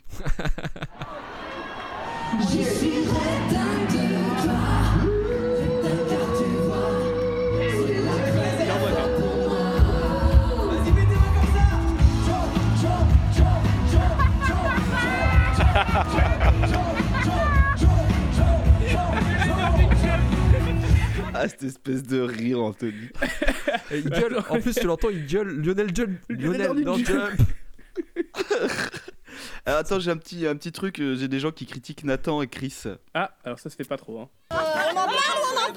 Speaker 2: Ah, cette espèce de rire, Anthony.
Speaker 3: Et il gueule, en plus, tu l'entends, il gueule. Lionel Jump. Lionel,
Speaker 2: Lionel
Speaker 3: non,
Speaker 2: Jump.
Speaker 3: Jump.
Speaker 2: Ah, attends, j'ai un petit, un petit truc. euh, J'ai des gens qui critiquent Nathan et Chris.
Speaker 1: Ah, alors ça se fait pas trop. Hein.
Speaker 10: on en parle ou on en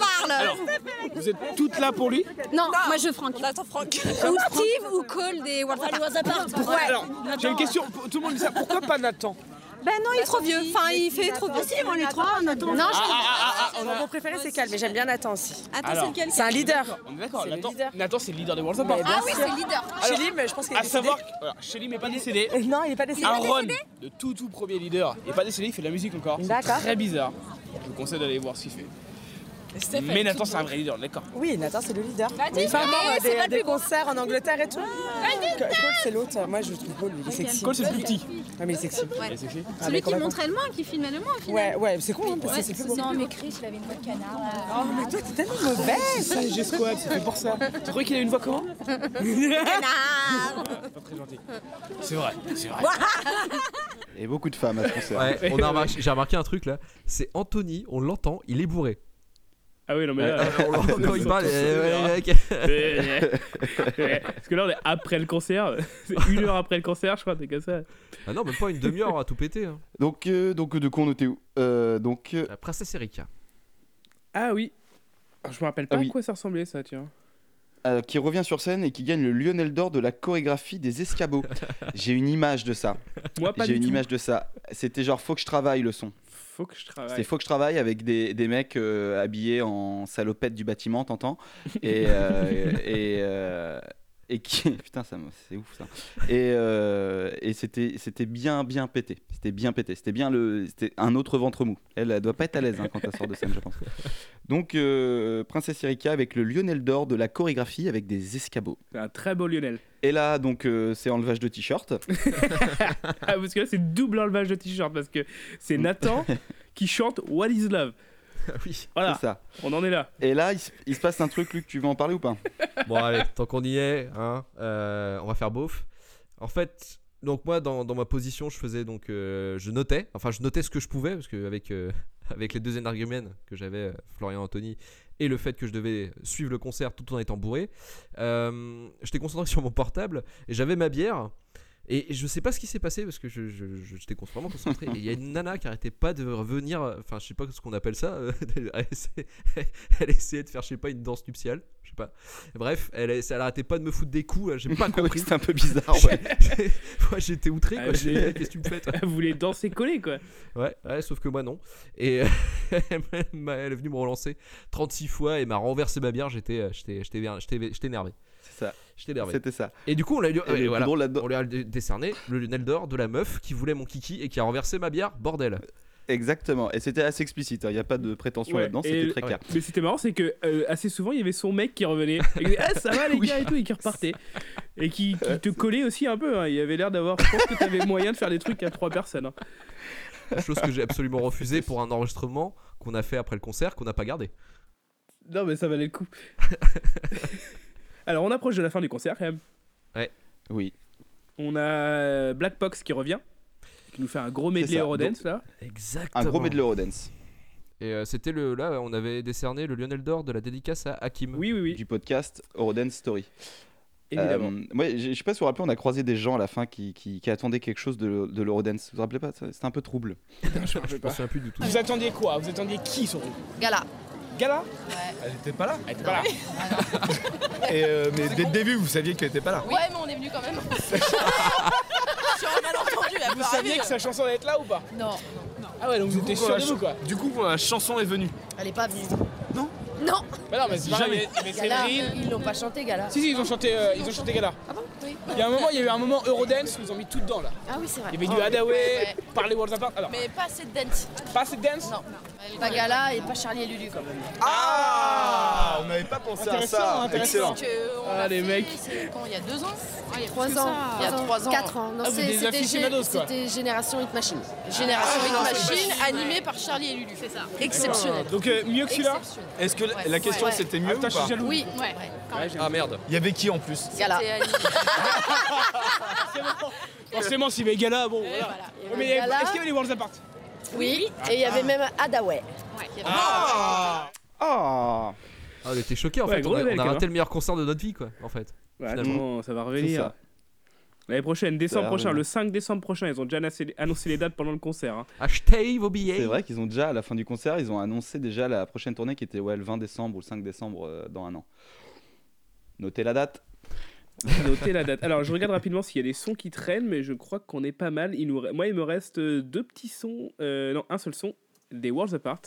Speaker 10: parle
Speaker 1: Vous êtes toutes là pour lui
Speaker 11: Non, moi je Franck. Attends, Franck. Ou Steve ou Cole des World Ouais.
Speaker 12: Alors, j'ai une question. Tout le monde dit ça. Pourquoi pas Nathan
Speaker 11: Ben non, il est trop vieux. Enfin, il fait trop vieux. Ah, on est trois, on attend. Non, je
Speaker 12: Ah, ah, ah, ah, on a-
Speaker 11: Mon préféré, c'est Cal, mais j'aime bien Nathan aussi.
Speaker 12: Alors.
Speaker 11: C'est un leader.
Speaker 12: On est d'accord, Nathan, Nathan, c'est le leader des Worlds
Speaker 11: Mais
Speaker 12: Apart.
Speaker 11: bien Ah oui, sûr. c'est le leader.
Speaker 12: Alors,
Speaker 11: Chélim, je pense qu'il est
Speaker 12: À
Speaker 11: décédé. Euh,
Speaker 12: savoir, que- voilà, Chélim n'est pas décédé.
Speaker 11: Non, il est pas décédé. Il est pas
Speaker 12: Aaron,
Speaker 11: décédé
Speaker 12: le tout tout premier leader, n'est pas décédé, il fait de la musique encore. C'est
Speaker 11: D'accord.
Speaker 12: très bizarre. Je vous conseille d'aller voir ce qu'il fait. Mais Nathan, c'est un vrai leader, d'accord.
Speaker 11: Oui, Nathan, c'est le leader.
Speaker 12: Mais
Speaker 11: il fait encore
Speaker 12: mais
Speaker 11: euh, des,
Speaker 12: c'est pas le
Speaker 11: des
Speaker 12: plus gros.
Speaker 11: concerts en Angleterre et tout. Co- Cole, c'est l'autre. Moi, je le trouve Cole, il est sexy.
Speaker 12: Cole, c'est le plus petit.
Speaker 11: Ouais, Ah, mais il est sexy.
Speaker 12: Il est sexy.
Speaker 11: mais quand même.
Speaker 13: le moins, qui filmait le moins, au
Speaker 11: Ouais, ouais, c'est con, hein, parce que c'est plus beau.
Speaker 13: Non, mais Chris, il avait une voix de canard.
Speaker 11: Oh, mais toi, t'es tellement mauvaise.
Speaker 12: Ça, j'ai squat, c'est fait pour ça. Tu croyais qu'il a une voix comment
Speaker 11: Canard.
Speaker 12: Pas très gentil. C'est vrai, c'est vrai.
Speaker 2: Et beaucoup de femmes à ce concert.
Speaker 3: Ouais, on a remarqué- j'ai remarqué un truc là. C'est Anthony, on l'entend, il est bourré.
Speaker 1: Ah oui, non, mais
Speaker 3: Ouais,
Speaker 1: là.
Speaker 3: on l'entend quand il parle,
Speaker 1: On
Speaker 3: eh,
Speaker 1: s'entend.
Speaker 3: ouais,
Speaker 1: Ouais. Parce que là, on est après le concert. C'est une heure après le concert, je crois, c'est comme ça.
Speaker 3: Ah non, même pas une demi-heure à tout péter. hein.
Speaker 2: Donc, euh, donc, de quoi on était où Euh, donc, euh,
Speaker 3: La princesse Erika.
Speaker 1: Ah oui. Ah, Je me rappelle pas
Speaker 2: Ah oui.
Speaker 1: à quoi ça ressemblait, ça, tiens.
Speaker 2: euh, qui revient sur scène et qui gagne le Lionel d'or de la chorégraphie des escabeaux. J'ai une image de ça.
Speaker 1: Moi, pas
Speaker 2: J'ai
Speaker 1: du
Speaker 2: une
Speaker 1: tout.
Speaker 2: image de ça. C'était genre faut que je travaille le son.
Speaker 1: Faut que je travaille.
Speaker 2: C'était faut que je travaille avec des, des mecs euh, habillés en salopette du bâtiment, t'entends Et euh, et, euh, et qui putain ça me- c'est ouf ça. Et, euh, et c'était c'était bien bien pété. C'était bien pété. C'était bien le c'était un autre ventre mou. Elle, elle doit pas être à l'aise hein, quand elle sort de scène, je pense. Donc euh, princesse Erika avec le Lionel d'or de la chorégraphie avec des escabeaux.
Speaker 1: C'est un très beau Lionel.
Speaker 2: Et là donc euh, c'est enlevage de t-shirt.
Speaker 1: Ah, parce que là, c'est double enlevage de t-shirt. Parce que c'est Nathan qui chante What is Love.
Speaker 3: Ah oui,
Speaker 1: voilà.
Speaker 2: c'est ça.
Speaker 1: On en est là.
Speaker 2: Et là il, se- il se passe un truc Luc, tu veux en parler ou pas
Speaker 3: Bon, allez, tant qu'on y est, hein, euh, on va faire beauf. En fait, donc moi, dans, dans ma position, je faisais donc, euh, je notais, enfin, je notais ce que je pouvais, parce que avec, euh, avec les deux énergumènes que j'avais, euh, Florian Anthony, et le fait que je devais suivre le concert tout en étant bourré, euh, j'étais concentré sur mon portable, et j'avais ma bière. Et je sais pas ce qui s'est passé parce que je, je, je- j'étais con- vraiment concentré. Et il y a une nana qui arrêtait pas de revenir, euh, enfin je sais pas ce qu'on appelle ça, euh, elle, essayait, elle essayait de faire je sais pas une danse nuptiale, je sais pas. Bref, elle, elle arrêtait pas de me foutre des coups, euh, j'ai pas compris.
Speaker 2: C'était un peu bizarre,
Speaker 3: ouais. Moi j'étais outré,
Speaker 1: Ah,
Speaker 3: quoi. J'ai
Speaker 1: j'ai-
Speaker 3: dit, Qu'est-ce que tu me fais toi
Speaker 1: Elle voulait danser collée quoi.
Speaker 3: Ouais, ouais, sauf que moi non. Et euh, elle, m'a- elle est venue me relancer 36 fois et m'a renversé ma bière, j'étais euh, j'étais j'étais bien- j'étais- j'étais énervé.
Speaker 2: C'est ça.
Speaker 3: J'étais énervé.
Speaker 2: C'était ça.
Speaker 3: Et du coup, on l'a lui,
Speaker 2: Et le
Speaker 3: et
Speaker 2: plus
Speaker 3: voilà,
Speaker 2: drôle
Speaker 3: on lui a dé- décerné le Lionel d'or de la meuf qui voulait mon kiki et qui a renversé ma bière, bordel.
Speaker 2: Exactement, et c'était assez explicite, hein. il n'y a pas de prétention
Speaker 1: Ouais,
Speaker 2: là-dedans,
Speaker 1: et-
Speaker 2: c'était très clair.
Speaker 1: Mais c'était marrant, c'est que euh, assez souvent il y avait son mec qui revenait. Et qui disait, ah, ça va les gars et tout, et qui repartait. Et qui, qui te collait aussi un peu. hein. Il avait l'air d'avoir. Je pense que t'avais moyen de faire des trucs à trois personnes. hein.
Speaker 3: Chose que j'ai absolument refusée pour un enregistrement qu'on a fait après le concert qu'on n'a pas gardé.
Speaker 1: Non, mais ça valait le coup. Alors on approche de la fin du concert quand même.
Speaker 3: Ouais.
Speaker 2: Oui.
Speaker 1: On a euh, Black Box qui revient, qui nous fait un gros medley
Speaker 2: ça,
Speaker 1: Eurodance
Speaker 2: donc-
Speaker 1: là.
Speaker 3: Exactement.
Speaker 2: Un gros medley Eurodance.
Speaker 3: Et euh, c'était le là on avait décerné le Lionel d'or de la dédicace à Hakim.
Speaker 1: Oui oui oui.
Speaker 2: Du podcast Eurodance Story.
Speaker 3: Évidemment.
Speaker 2: Euh, ouais, je je sais pas si vous vous rappelez, on a croisé des gens à la fin qui, qui, qui attendaient quelque chose de, de l'Eurodance. Vous vous rappelez pas ça C'était un peu trouble.
Speaker 3: je me souviens plus du tout.
Speaker 12: Vous attendiez quoi Vous attendiez qui surtout
Speaker 10: Gala.
Speaker 12: Gala
Speaker 9: Elle était pas là.
Speaker 12: Elle était pas là.
Speaker 9: Et euh, mais dès le début, vous saviez qu'elle était pas là.
Speaker 10: Ouais, mais on est venu quand même. Sur un malentendu, elle
Speaker 12: Vous saviez que sa chanson allait être là ou pas
Speaker 10: Non,
Speaker 12: Ah ouais, donc vous étiez
Speaker 9: quand
Speaker 12: sûr
Speaker 9: la
Speaker 12: de vous
Speaker 9: ch-
Speaker 12: quoi
Speaker 9: Du coup, quand la chanson est venue.
Speaker 10: elle est pas venue. Non Non
Speaker 12: Bah non, mais c'est pareil,
Speaker 9: Jamais.
Speaker 12: mais- mais
Speaker 10: Gala,
Speaker 12: Séverine.
Speaker 10: Ils l'ont pas chanté, Gala.
Speaker 12: Si, si, ils ont chanté, euh, ils ont chanté Gala.
Speaker 10: Ah bon Oui.
Speaker 12: Il y a un moment, il y a eu un moment Eurodance où ils ont mis tout dedans là.
Speaker 10: Ah oui, c'est vrai.
Speaker 12: Il y avait du
Speaker 10: Ah oui.
Speaker 12: Hadaway,
Speaker 10: Ouais.
Speaker 12: parler Worlds Apart. Alors,
Speaker 10: Mais pas assez de dance.
Speaker 12: pas assez de dance
Speaker 10: Non. Pas Gala et pas Charlie et Lulu quand même.
Speaker 9: Ah, on n'avait pas pensé à
Speaker 12: Intéressant,
Speaker 9: ça.
Speaker 12: intéressant.
Speaker 9: Excellent.
Speaker 1: Ah les mecs.
Speaker 10: C'est quand Il y a deux ans Il y a
Speaker 13: Trois ans,
Speaker 10: Il y a trois ans.
Speaker 13: quatre ans. Non,
Speaker 12: Ah, vous
Speaker 13: c'est-
Speaker 12: des
Speaker 13: c'était
Speaker 12: aficionados, quoi.
Speaker 13: c'était Génération Hit Machine.
Speaker 10: Génération
Speaker 13: Ah,
Speaker 10: Hit
Speaker 13: non, c'est
Speaker 10: Machine
Speaker 13: Machine,
Speaker 10: animée par Charlie et Lulu. C'est ça.
Speaker 12: Ah,
Speaker 10: Exceptionnel.
Speaker 12: Donc euh, mieux que celui-là
Speaker 10: Exceptionnel.
Speaker 9: Est-ce que la- la question
Speaker 10: Ouais.
Speaker 9: c'était mieux ou
Speaker 12: Attends, je suis
Speaker 9: pas
Speaker 12: jaloux.
Speaker 13: Oui, ouais.
Speaker 3: Ah merde.
Speaker 9: Il y avait qui en plus
Speaker 10: Gala.
Speaker 12: Forcément, s'il y avait Gala, bon. voilà.
Speaker 13: Il y
Speaker 12: Mais
Speaker 13: avait Gala.
Speaker 12: est-ce qu'il y avait les Worlds Apart
Speaker 13: Oui, et il y avait même Adaway.
Speaker 10: Ouais.
Speaker 9: Ah
Speaker 2: Ah
Speaker 3: Ah, on était choqués en
Speaker 1: Ouais,
Speaker 3: fait.
Speaker 1: gros
Speaker 3: on a, on
Speaker 1: mec,
Speaker 3: a raté
Speaker 1: hein.
Speaker 3: le meilleur concert de notre vie quoi, en fait.
Speaker 1: Ouais,
Speaker 3: finalement.
Speaker 1: attends, ça va
Speaker 3: C'est
Speaker 1: revenir.
Speaker 3: ça.
Speaker 1: L'année prochaine, décembre
Speaker 3: va
Speaker 1: prochain,
Speaker 3: revenir.
Speaker 1: le 5 décembre prochain, ils ont déjà annoncé- annoncé les dates pendant le concert. hein.
Speaker 3: Achetez vos billets.
Speaker 2: C'est vrai qu'ils ont déjà, à la fin du concert, ils ont annoncé déjà la prochaine tournée qui était ouais, le 20 décembre ou le 5 décembre euh, dans un an. Notez la date.
Speaker 1: Notez la date. Alors, je regarde rapidement s'il y a des sons qui traînent, mais je crois qu'on est pas mal. Il nous... re- Moi, il me reste euh, deux petits sons, euh, non, un seul son, des Worlds Apart.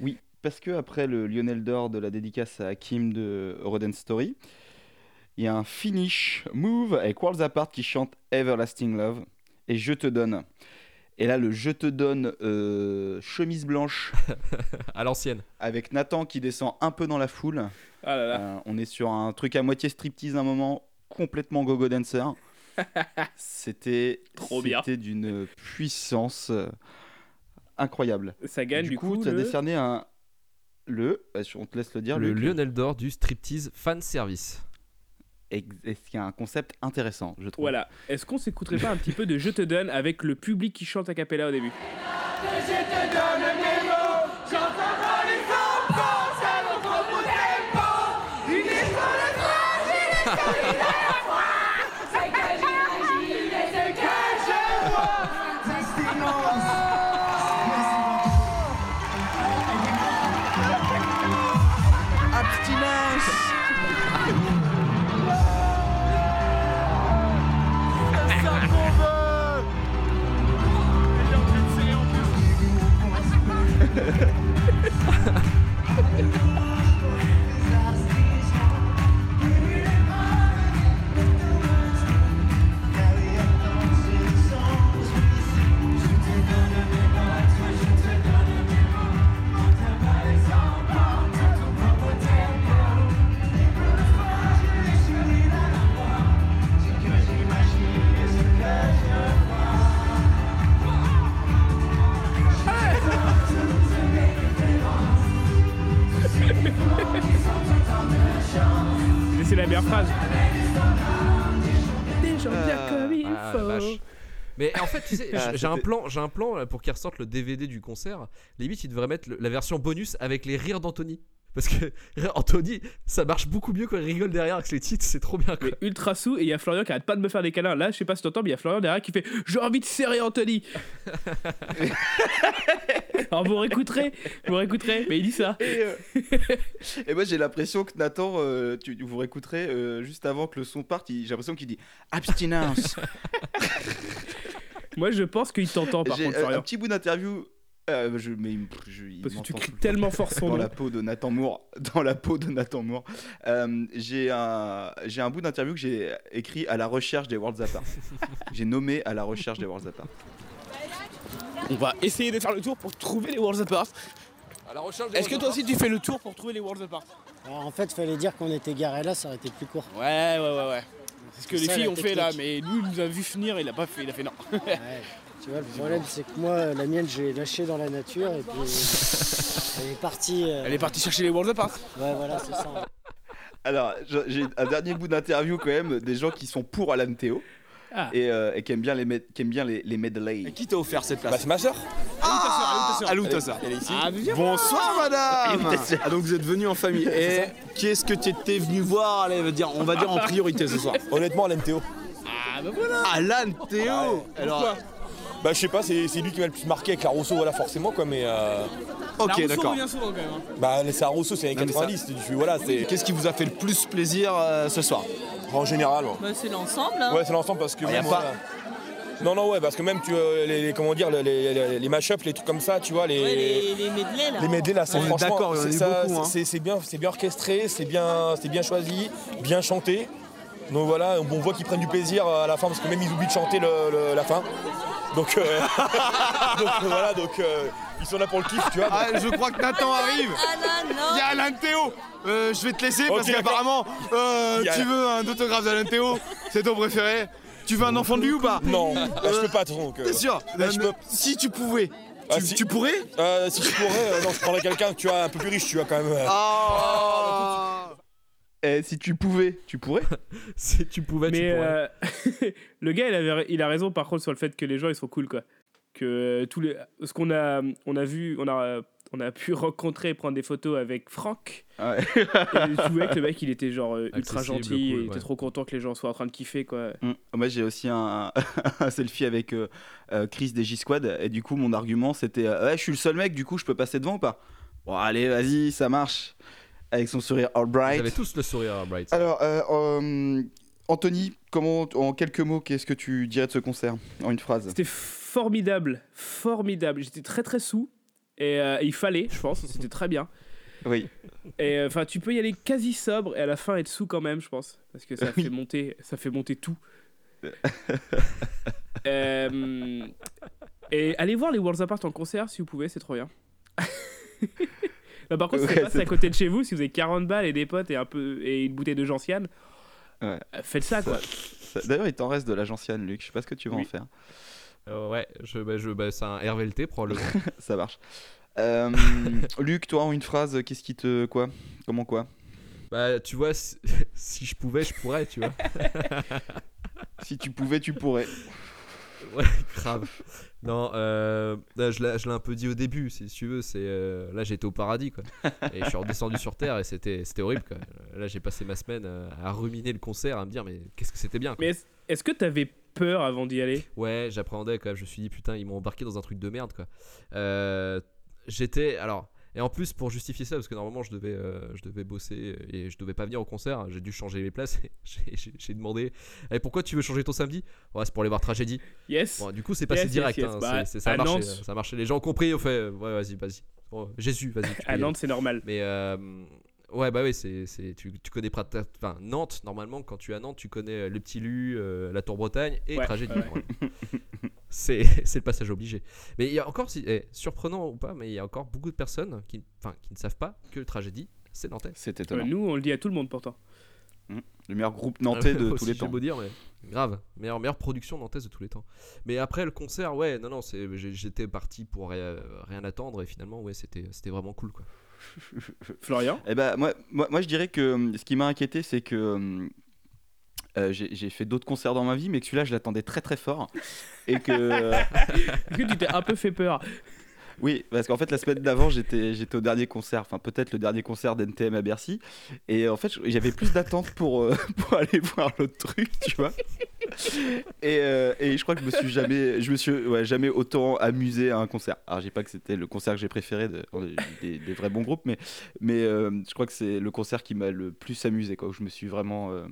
Speaker 2: Oui, parce que après le Lionel d'or de la dédicace à Kim de Rodent Story, il y a un finish move avec Worlds Apart qui chante Everlasting Love et Je te donne. Et là, le Je te donne euh, chemise blanche
Speaker 3: à l'ancienne
Speaker 2: avec Nathan qui descend un peu dans la foule.
Speaker 1: Ah
Speaker 2: Euh, on est sur un truc à moitié striptease à un moment complètement gogo dancer. C'était
Speaker 1: Trop bien.
Speaker 2: C'était d'une puissance euh, incroyable.
Speaker 1: Ça gagne, du coup,
Speaker 2: tu as
Speaker 1: le-
Speaker 2: décerné un le bah, je- on te laisse le dire
Speaker 3: Le
Speaker 2: Luc.
Speaker 3: Lionel d'or du striptease fan service.
Speaker 2: Ex- Est-ce qu'il y a un concept intéressant, je trouve.
Speaker 1: Voilà. Est-ce qu'on s'écouterait pas un petit peu de Je te donne avec le public qui chante a cappella au début
Speaker 4: Je te donne mes mots, j'entends dans les enfants, ça va trop beau tempo. Une étoile à trois, j'ai les Ce que j'imagine et ce que je vois, c'est silence. Abstinence. C'est ça qu'on veut. Et en train de serrer en plus.
Speaker 1: Mais c'est la meilleure phrase. Des gens
Speaker 3: Ah.
Speaker 1: bien comme il
Speaker 3: Ah, la vache.
Speaker 1: faut.
Speaker 3: Mais en fait, tu sais,
Speaker 1: Ah,
Speaker 3: j'ai un
Speaker 1: c'était-
Speaker 3: plan, j'ai un plan là, pour qu'ils ressortent le DVD du concert. Limite, ils devraient mettre le- la version bonus avec les rires d'Anthony. Parce que rire Anthony, ça marche beaucoup mieux quand il rigole derrière avec les titres, c'est trop bien quoi.
Speaker 1: Mais ultra sous et il y a Florian qui arrête pas de me faire des câlins. Là, je sais pas si t'entends, mais il y a Florian derrière qui fait J'ai envie de serrer Anthony. Alors vous réécouterez, vous réécouterez, mais il dit ça.
Speaker 2: Et, euh, et moi j'ai l'impression que Nathan, euh, tu, vous réécouterez euh, juste avant que le son parte, il- j'ai l'impression qu'il dit abstinence.
Speaker 1: Moi, je pense qu'il t'entend par
Speaker 2: J'ai,
Speaker 1: contre,
Speaker 2: euh,
Speaker 1: Florian.
Speaker 2: un petit bout d'interview. euh, je, mais, il me- je- il
Speaker 1: Parce que tu
Speaker 2: m'entend
Speaker 1: cries
Speaker 2: tout le
Speaker 1: tellement
Speaker 2: temps.
Speaker 1: fort son
Speaker 2: dans
Speaker 1: nom.
Speaker 2: la peau de Nathan Moore. Dans la peau de Nathan Moore. Euh, j'ai un j'ai un bout d'interview que j'ai écrit à la recherche des Worlds Apart. j'ai nommé à la recherche des Worlds Apart.
Speaker 12: On va essayer de faire le tour pour trouver les Worlds Apart. Est-ce que toi aussi tu fais le tour pour trouver les Worlds Apart
Speaker 14: Alors, en fait, fallait dire qu'on était garé là, ça aurait été plus court.
Speaker 12: Ouais, ouais, ouais, ouais. C'est ce que
Speaker 14: C'est
Speaker 12: les
Speaker 14: ça,
Speaker 12: filles
Speaker 14: la
Speaker 12: ont fait là,
Speaker 14: technique.
Speaker 12: mais lui il nous a vu finir, il a pas fait, il a fait non.
Speaker 14: Tu vois, le problème, c'est que moi, la mienne, j'ai lâché dans la nature et puis elle est partie. euh,
Speaker 12: Elle est partie chercher les Worlds Apart.
Speaker 14: Ouais, voilà, c'est ça.
Speaker 2: Alors, je- j'ai un dernier bout d'interview quand même des gens qui sont pour Alan Théo
Speaker 1: Ah.
Speaker 2: et, euh, et qui aiment bien les, med- qui aiment bien les, les medley. qui t'a offert cette place
Speaker 9: Bah, c'est ma sœur.
Speaker 12: Ah,
Speaker 9: Allô,
Speaker 2: Elle-
Speaker 9: ta sœur.
Speaker 2: elle est ici.
Speaker 9: Ah, bien. Bonsoir, madame.
Speaker 2: Allô, ta sœur.
Speaker 9: Ah, donc vous êtes venu en famille. Et qu'est-ce que tu étais venu voir, allez, on va dire, on va dire en priorité ce soir Honnêtement, l'MTO.
Speaker 12: Ah, bah voilà.
Speaker 9: Alan Théo
Speaker 12: Alors,
Speaker 9: Bah je sais pas, c'est c'est lui qui m'a le plus marqué avec la Rousseau, voilà forcément quoi, mais... euh,
Speaker 12: La Rousseau revient souvent quand même. hein.
Speaker 9: Bah c'est à Rousseau, c'est les
Speaker 12: Non, mais ça-
Speaker 9: 90, tu- tu- voilà, c'est... Qu'est-ce qui vous a fait le plus plaisir ce soir En général, ouais.
Speaker 15: Bah, c'est l'ensemble. hein.
Speaker 9: Ouais, c'est l'ensemble parce que
Speaker 15: Ah, y a
Speaker 9: même,
Speaker 15: pas-
Speaker 9: euh, Non, non, ouais, parce que même tu, euh, les, les- comment dire, les, les, les- les mashups, les trucs comme ça, tu vois, les.
Speaker 15: Ouais, les- les medley, là.
Speaker 9: Les medley, là, c'est
Speaker 15: On est
Speaker 9: franchement,
Speaker 15: d'accord, il y en a
Speaker 9: c'est
Speaker 15: eu
Speaker 9: ça,
Speaker 15: beaucoup, hein.
Speaker 9: c'est- c'est bien, c'est bien orchestré, c'est bien, c'est bien choisi, bien chanté. Donc voilà, on on voit qu'ils prennent du plaisir euh, à la fin parce que même ils oublient de chanter le- le- la fin. Donc, euh, donc, voilà, donc euh, ils sont là pour le kiff, tu vois.
Speaker 15: Ah, je crois
Speaker 9: que Nathan arrive.
Speaker 15: Il
Speaker 9: y a Alain Théo. Euh, je vais te laisser
Speaker 5: parce qu'apparemment, euh, tu veux
Speaker 9: un autographe d'Alain Théo, c'est ton préféré. Tu veux un enfant de lui ou pas Non, bah, je peux pas, de toute façon. donc, euh,
Speaker 5: T'es sûr
Speaker 9: bah, je peux-
Speaker 5: Si tu pouvais.
Speaker 9: Ah, si, tu pourrais Si je pourrais, euh, non, je prendrais quelqu'un tu vois, un peu plus riche, tu vois, quand même. euh.
Speaker 2: Eh, si tu pouvais, tu pourrais.
Speaker 3: si Bah, tu pouvais,
Speaker 1: Mais euh, le gars, il, avait, il a raison par contre sur le fait que les gens ils sont cool quoi. Que euh, tous les, ce qu'on a, on a vu, on a, on a pu rencontrer et prendre des photos avec Franck. Et je jouais avec le mec, il était genre euh, ultra
Speaker 2: Accessible,
Speaker 1: gentil, et
Speaker 2: cool,
Speaker 1: il était
Speaker 2: ouais.
Speaker 1: trop content que les gens soient en train de kiffer quoi.
Speaker 2: Mm. Moi j'ai aussi un, un selfie avec euh, euh, Chris des J-Squad et du coup mon argument c'était euh, Ouais, je suis le seul mec du coup je peux passer devant ou pas Bon allez vas-y ça marche avec son sourire all
Speaker 3: Vous
Speaker 2: bright.
Speaker 3: avez tous le sourire à Bright.
Speaker 2: Alors euh, euh, Anthony comment en quelques mots qu'est-ce que tu dirais de ce concert en une phrase
Speaker 1: C'était formidable, formidable. J'étais très très sous et euh, il fallait, je pense, c'était très bien.
Speaker 2: Oui.
Speaker 1: Et euh, enfin, tu peux y aller quasi sobre et à la fin être sous quand même, je pense, parce que ça fait monter, ça fait monter tout. Euh, et allez voir les Worlds Apart en concert si vous pouvez, c'est trop bien. Là, par contre, si ça
Speaker 2: Ouais,
Speaker 1: passe
Speaker 2: c'est
Speaker 1: à côté de chez vous, si vous avez 40 balles et des potes et un peu et une bouteille de gentiane, euh,
Speaker 2: Ouais.
Speaker 1: faites ça, quoi.
Speaker 2: ça- D'ailleurs il t'en reste de la gentiane Luc je sais pas ce que tu vas en
Speaker 3: Oui.
Speaker 2: faire.
Speaker 3: Euh, ouais, je, bah, je, bah, c'est un RVLT probablement.
Speaker 2: ça marche. Euh, Luc toi en une phrase qu'est-ce qui te quoi comment quoi
Speaker 3: Bah, tu vois, si, si je pouvais, je pourrais, tu vois.
Speaker 2: si tu pouvais tu pourrais.
Speaker 3: Ouais, grave. Non, euh, là, je l'ai je l'ai un peu dit au début, si tu veux. C'est euh, là, j'étais au paradis, quoi. Et je suis redescendu sur terre et c'était c'était horrible, quoi. Là, j'ai passé ma semaine euh, à ruminer le concert, à me dire, mais qu'est-ce que c'était bien.
Speaker 1: Mais est-ce est-ce que t'avais peur avant d'y aller
Speaker 3: Ouais, j'appréhendais quand même. Je me suis dit, putain, ils m'ont embarqué dans un truc de merde, quoi. Euh, J'étais. Alors. Et en plus, pour justifier ça, parce que normalement je devais, euh, je devais bosser et je devais pas venir au concert, hein, j'ai dû changer les places. J'ai- j'ai j'ai demandé Eh, pourquoi tu veux changer ton samedi Ouais, c'est pour aller voir Tragédie.
Speaker 1: Yes.
Speaker 3: Bon, du coup, c'est passé
Speaker 1: Yes, yes,
Speaker 3: direct.
Speaker 1: yes.
Speaker 3: hein,
Speaker 1: Bah,
Speaker 3: c'est- c'est- ça, a
Speaker 1: à
Speaker 3: marché, euh,
Speaker 1: Nantes.
Speaker 3: ça a marché. Les gens ont compris. Au fait, euh, ouais, vas-y, vas-y. Bon, Jésus, vas-y. tu peux y
Speaker 1: À
Speaker 3: aller.
Speaker 1: Nantes, Ah c'est normal.
Speaker 3: Mais euh, ouais, bah oui, c'est, c'est- tu, tu connais pas ta- enfin, Nantes, normalement, quand tu es à Nantes, tu connais le Petit Lu, euh, la Tour Bretagne et
Speaker 1: Ouais,
Speaker 3: Tragédie.
Speaker 1: ouais.
Speaker 3: Voilà. c'est, c'est le passage obligé. Mais il y a encore, si- eh, surprenant ou pas, mais il y a encore beaucoup de personnes qui, enfin, qui ne savent pas que Tragédie, c'est Nantais.
Speaker 2: C'est
Speaker 1: Euh, nous, on le dit à tout le monde pourtant.
Speaker 2: Le meilleur groupe nantais de
Speaker 3: Ah
Speaker 2: tous
Speaker 3: Aussi,
Speaker 2: les
Speaker 3: Euh, j'ai
Speaker 2: temps.
Speaker 3: beau dire, mais grave. Meilleure, meilleure production nantaise de tous les temps. Mais après le concert, ouais, non, non, c'est- j'ai- j'étais parti pour rien, rien attendre et finalement, ouais, c'était c'était vraiment cool, quoi.
Speaker 1: Florian
Speaker 2: Eh ben, moi, moi, moi, je dirais que hum, ce qui m'a inquiété, c'est que hum, euh, j'ai j'ai fait d'autres concerts dans ma vie, mais que celui-là, je l'attendais très très fort. Et que.
Speaker 1: Est-ce que tu t'es un peu fait peur
Speaker 2: Oui, parce qu'en fait, la semaine d'avant, j'étais j'étais au dernier concert, enfin, peut-être le dernier concert d'NTM à Bercy. Et en fait, j'avais plus d'attente pour, euh, pour aller voir l'autre truc, tu vois. Et, euh, et je crois que je me suis jamais, je me suis, ouais, jamais autant amusé à un concert. Alors, je dis pas que c'était le concert que j'ai préféré de- euh, des, des vrais bons groupes, mais, mais euh, je crois que c'est le concert qui m'a le plus amusé, quoi, où je me suis vraiment euh,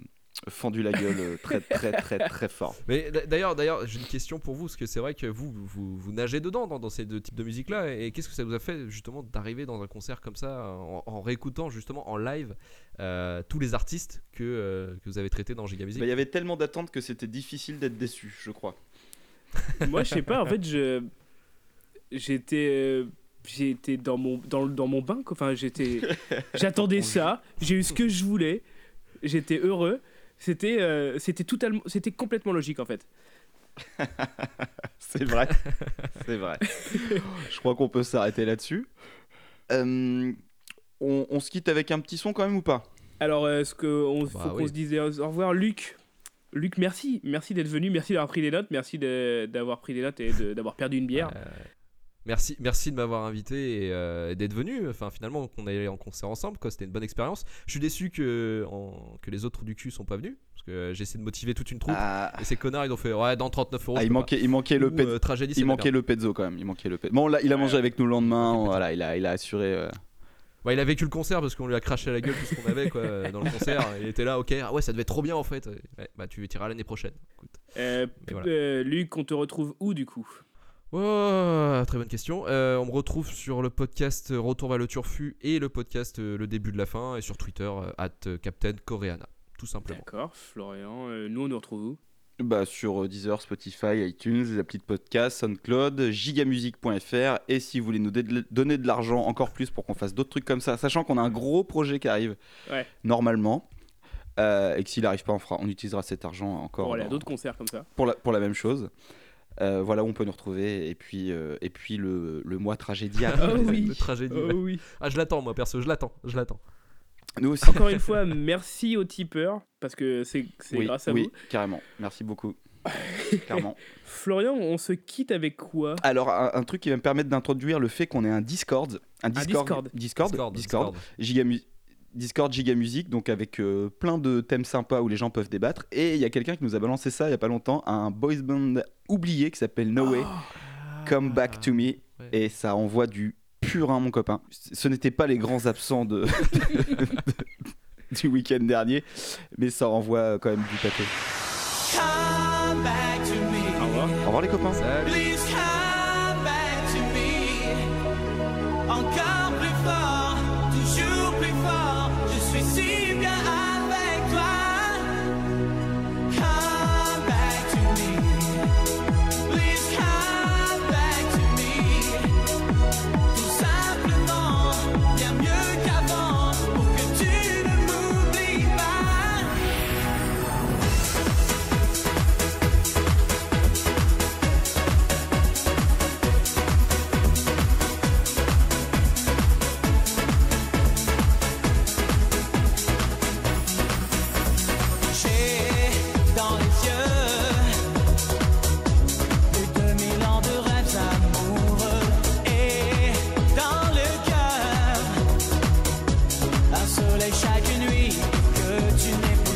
Speaker 2: fendu la gueule euh, très, très, très, très fort.
Speaker 3: Mais d- d'ailleurs, d'ailleurs, j'ai une question pour vous, parce que c'est vrai que vous, vous, vous nagez dedans dans, dans ces deux types de musique-là. Et qu'est-ce que ça vous a fait justement d'arriver dans un concert comme ça, en, en réécoutant justement en live euh, tous les artistes que, euh, que vous avez traités dans
Speaker 2: Bah,
Speaker 3: Giga
Speaker 2: Il
Speaker 3: Music
Speaker 2: y avait tellement d'attentes que c'était difficile d'être déçu, je crois.
Speaker 1: Moi, je sais pas. En fait, je j'étais euh, j'étais dans mon dans, le- dans mon bain. quoi. Enfin, j'étais j'attendais ça. J'ai eu ce que je voulais. J'étais heureux. C'était euh, c'était totalement c'était complètement logique en fait.
Speaker 2: C'est vrai. C'est vrai. Je crois qu'on peut s'arrêter là-dessus. Euh, on, on se quitte avec un petit son quand même ou pas
Speaker 1: Alors, euh, est-ce qu'on
Speaker 2: bah
Speaker 1: faut qu'on
Speaker 2: oui.
Speaker 1: se dise euh, au au revoir, Luc Luc, merci, merci d'être venu, merci d'avoir pris des notes, merci de- d'avoir pris des notes et de- d'avoir perdu une bière.
Speaker 3: Euh, Merci, merci de m'avoir invité et, euh, et d'être venu. Enfin, finalement, qu'on allait en concert ensemble, quoi. C'était une bonne expérience. Je suis déçu que, en- que les autres du cul sont pas venus. Parce que euh, j'ai essayé de motiver toute une troupe. Et ces connards, ils ont fait Ouais, dans 39 euros.
Speaker 2: Ah,
Speaker 3: je
Speaker 2: il
Speaker 3: peux
Speaker 2: manquait,
Speaker 3: pas.
Speaker 2: il manquait le
Speaker 3: Ou,
Speaker 2: pez-
Speaker 3: euh, tragédie, c'est
Speaker 2: il
Speaker 3: de la
Speaker 2: manquait
Speaker 3: merde.
Speaker 2: le pezzo quand même. Il manquait le pezzo. Bon, là, il a mangé avec nous le lendemain. Voilà, il a, il a assuré. euh,
Speaker 3: Ouais, il a vécu le concert parce qu'on lui a craché à la gueule tout ce qu'on avait quoi, dans le concert. Il était là, ok, ah ouais, ça devait être trop bien en fait. Ouais, bah tu tireras l'année prochaine. Écoute.
Speaker 1: Euh,
Speaker 3: Mais voilà.
Speaker 1: euh, Luc, on te retrouve où du coup
Speaker 3: Oh, très bonne question. Euh, on me retrouve sur le podcast Retour vers le Turfu et le podcast euh, Le début de la fin et sur Twitter, euh, at euh, Captain Coreana, tout simplement.
Speaker 1: D'accord, Florian, euh, nous on nous retrouve où
Speaker 2: Bah, sur euh, Deezer, Spotify, iTunes, les applis de podcast, SoundCloud, gigamusic.fr. Et si vous voulez nous dé- donner de l'argent encore plus pour qu'on fasse d'autres trucs comme ça, sachant qu'on a un gros projet qui arrive
Speaker 1: Ouais.
Speaker 2: normalement, euh, et que s'il n'arrive pas, on, fera, on utilisera cet argent encore
Speaker 1: Pour aller à
Speaker 2: dans-
Speaker 1: d'autres concerts comme ça.
Speaker 2: pour, la, pour la même chose. Euh, voilà où on peut nous retrouver. Et puis, euh, et puis le, le mois tragédie arrive, les amis.
Speaker 3: Le tragédie.
Speaker 1: Oh
Speaker 3: ouais.
Speaker 1: oui.
Speaker 3: Ah, je l'attends moi perso, je l'attends, je l'attends.
Speaker 2: Nous aussi.
Speaker 1: Encore une fois, merci aux tipeurs, parce que c'est c'est
Speaker 2: oui,
Speaker 1: grâce à
Speaker 2: oui,
Speaker 1: vous.
Speaker 2: carrément. Merci beaucoup. Clairement.
Speaker 1: Florian, on se quitte avec quoi
Speaker 2: Alors, un, un truc qui va me permettre d'introduire le fait qu'on ait un Discord Un Discord. Discord. Discord. Discord. Gigamu- Discord Gigamusic, donc avec euh, plein de thèmes sympas où les gens peuvent débattre. Et il y a quelqu'un qui nous a balancé ça il y a pas longtemps, un boys band oublié qui s'appelle No Way, Come Back to Me. Et ça envoie du pur, hein, mon copain. C- Ce n'étaient pas les grands absents de, du week-end dernier, mais ça envoie euh, quand même du pâté.
Speaker 4: Come back to me.
Speaker 2: Au revoir les copains.
Speaker 4: Please come back to me. Encore plus fort, toujours plus fort. Je suis si bien avec toi. Come back to me. Please come back to me. Tout simplement, bien mieux qu'avant, pour que tu ne m'oublies pas. J'ai dans les yeux plus de mille ans de rêves amoureux et dans le cœur un soleil chaque nuit que tu n'es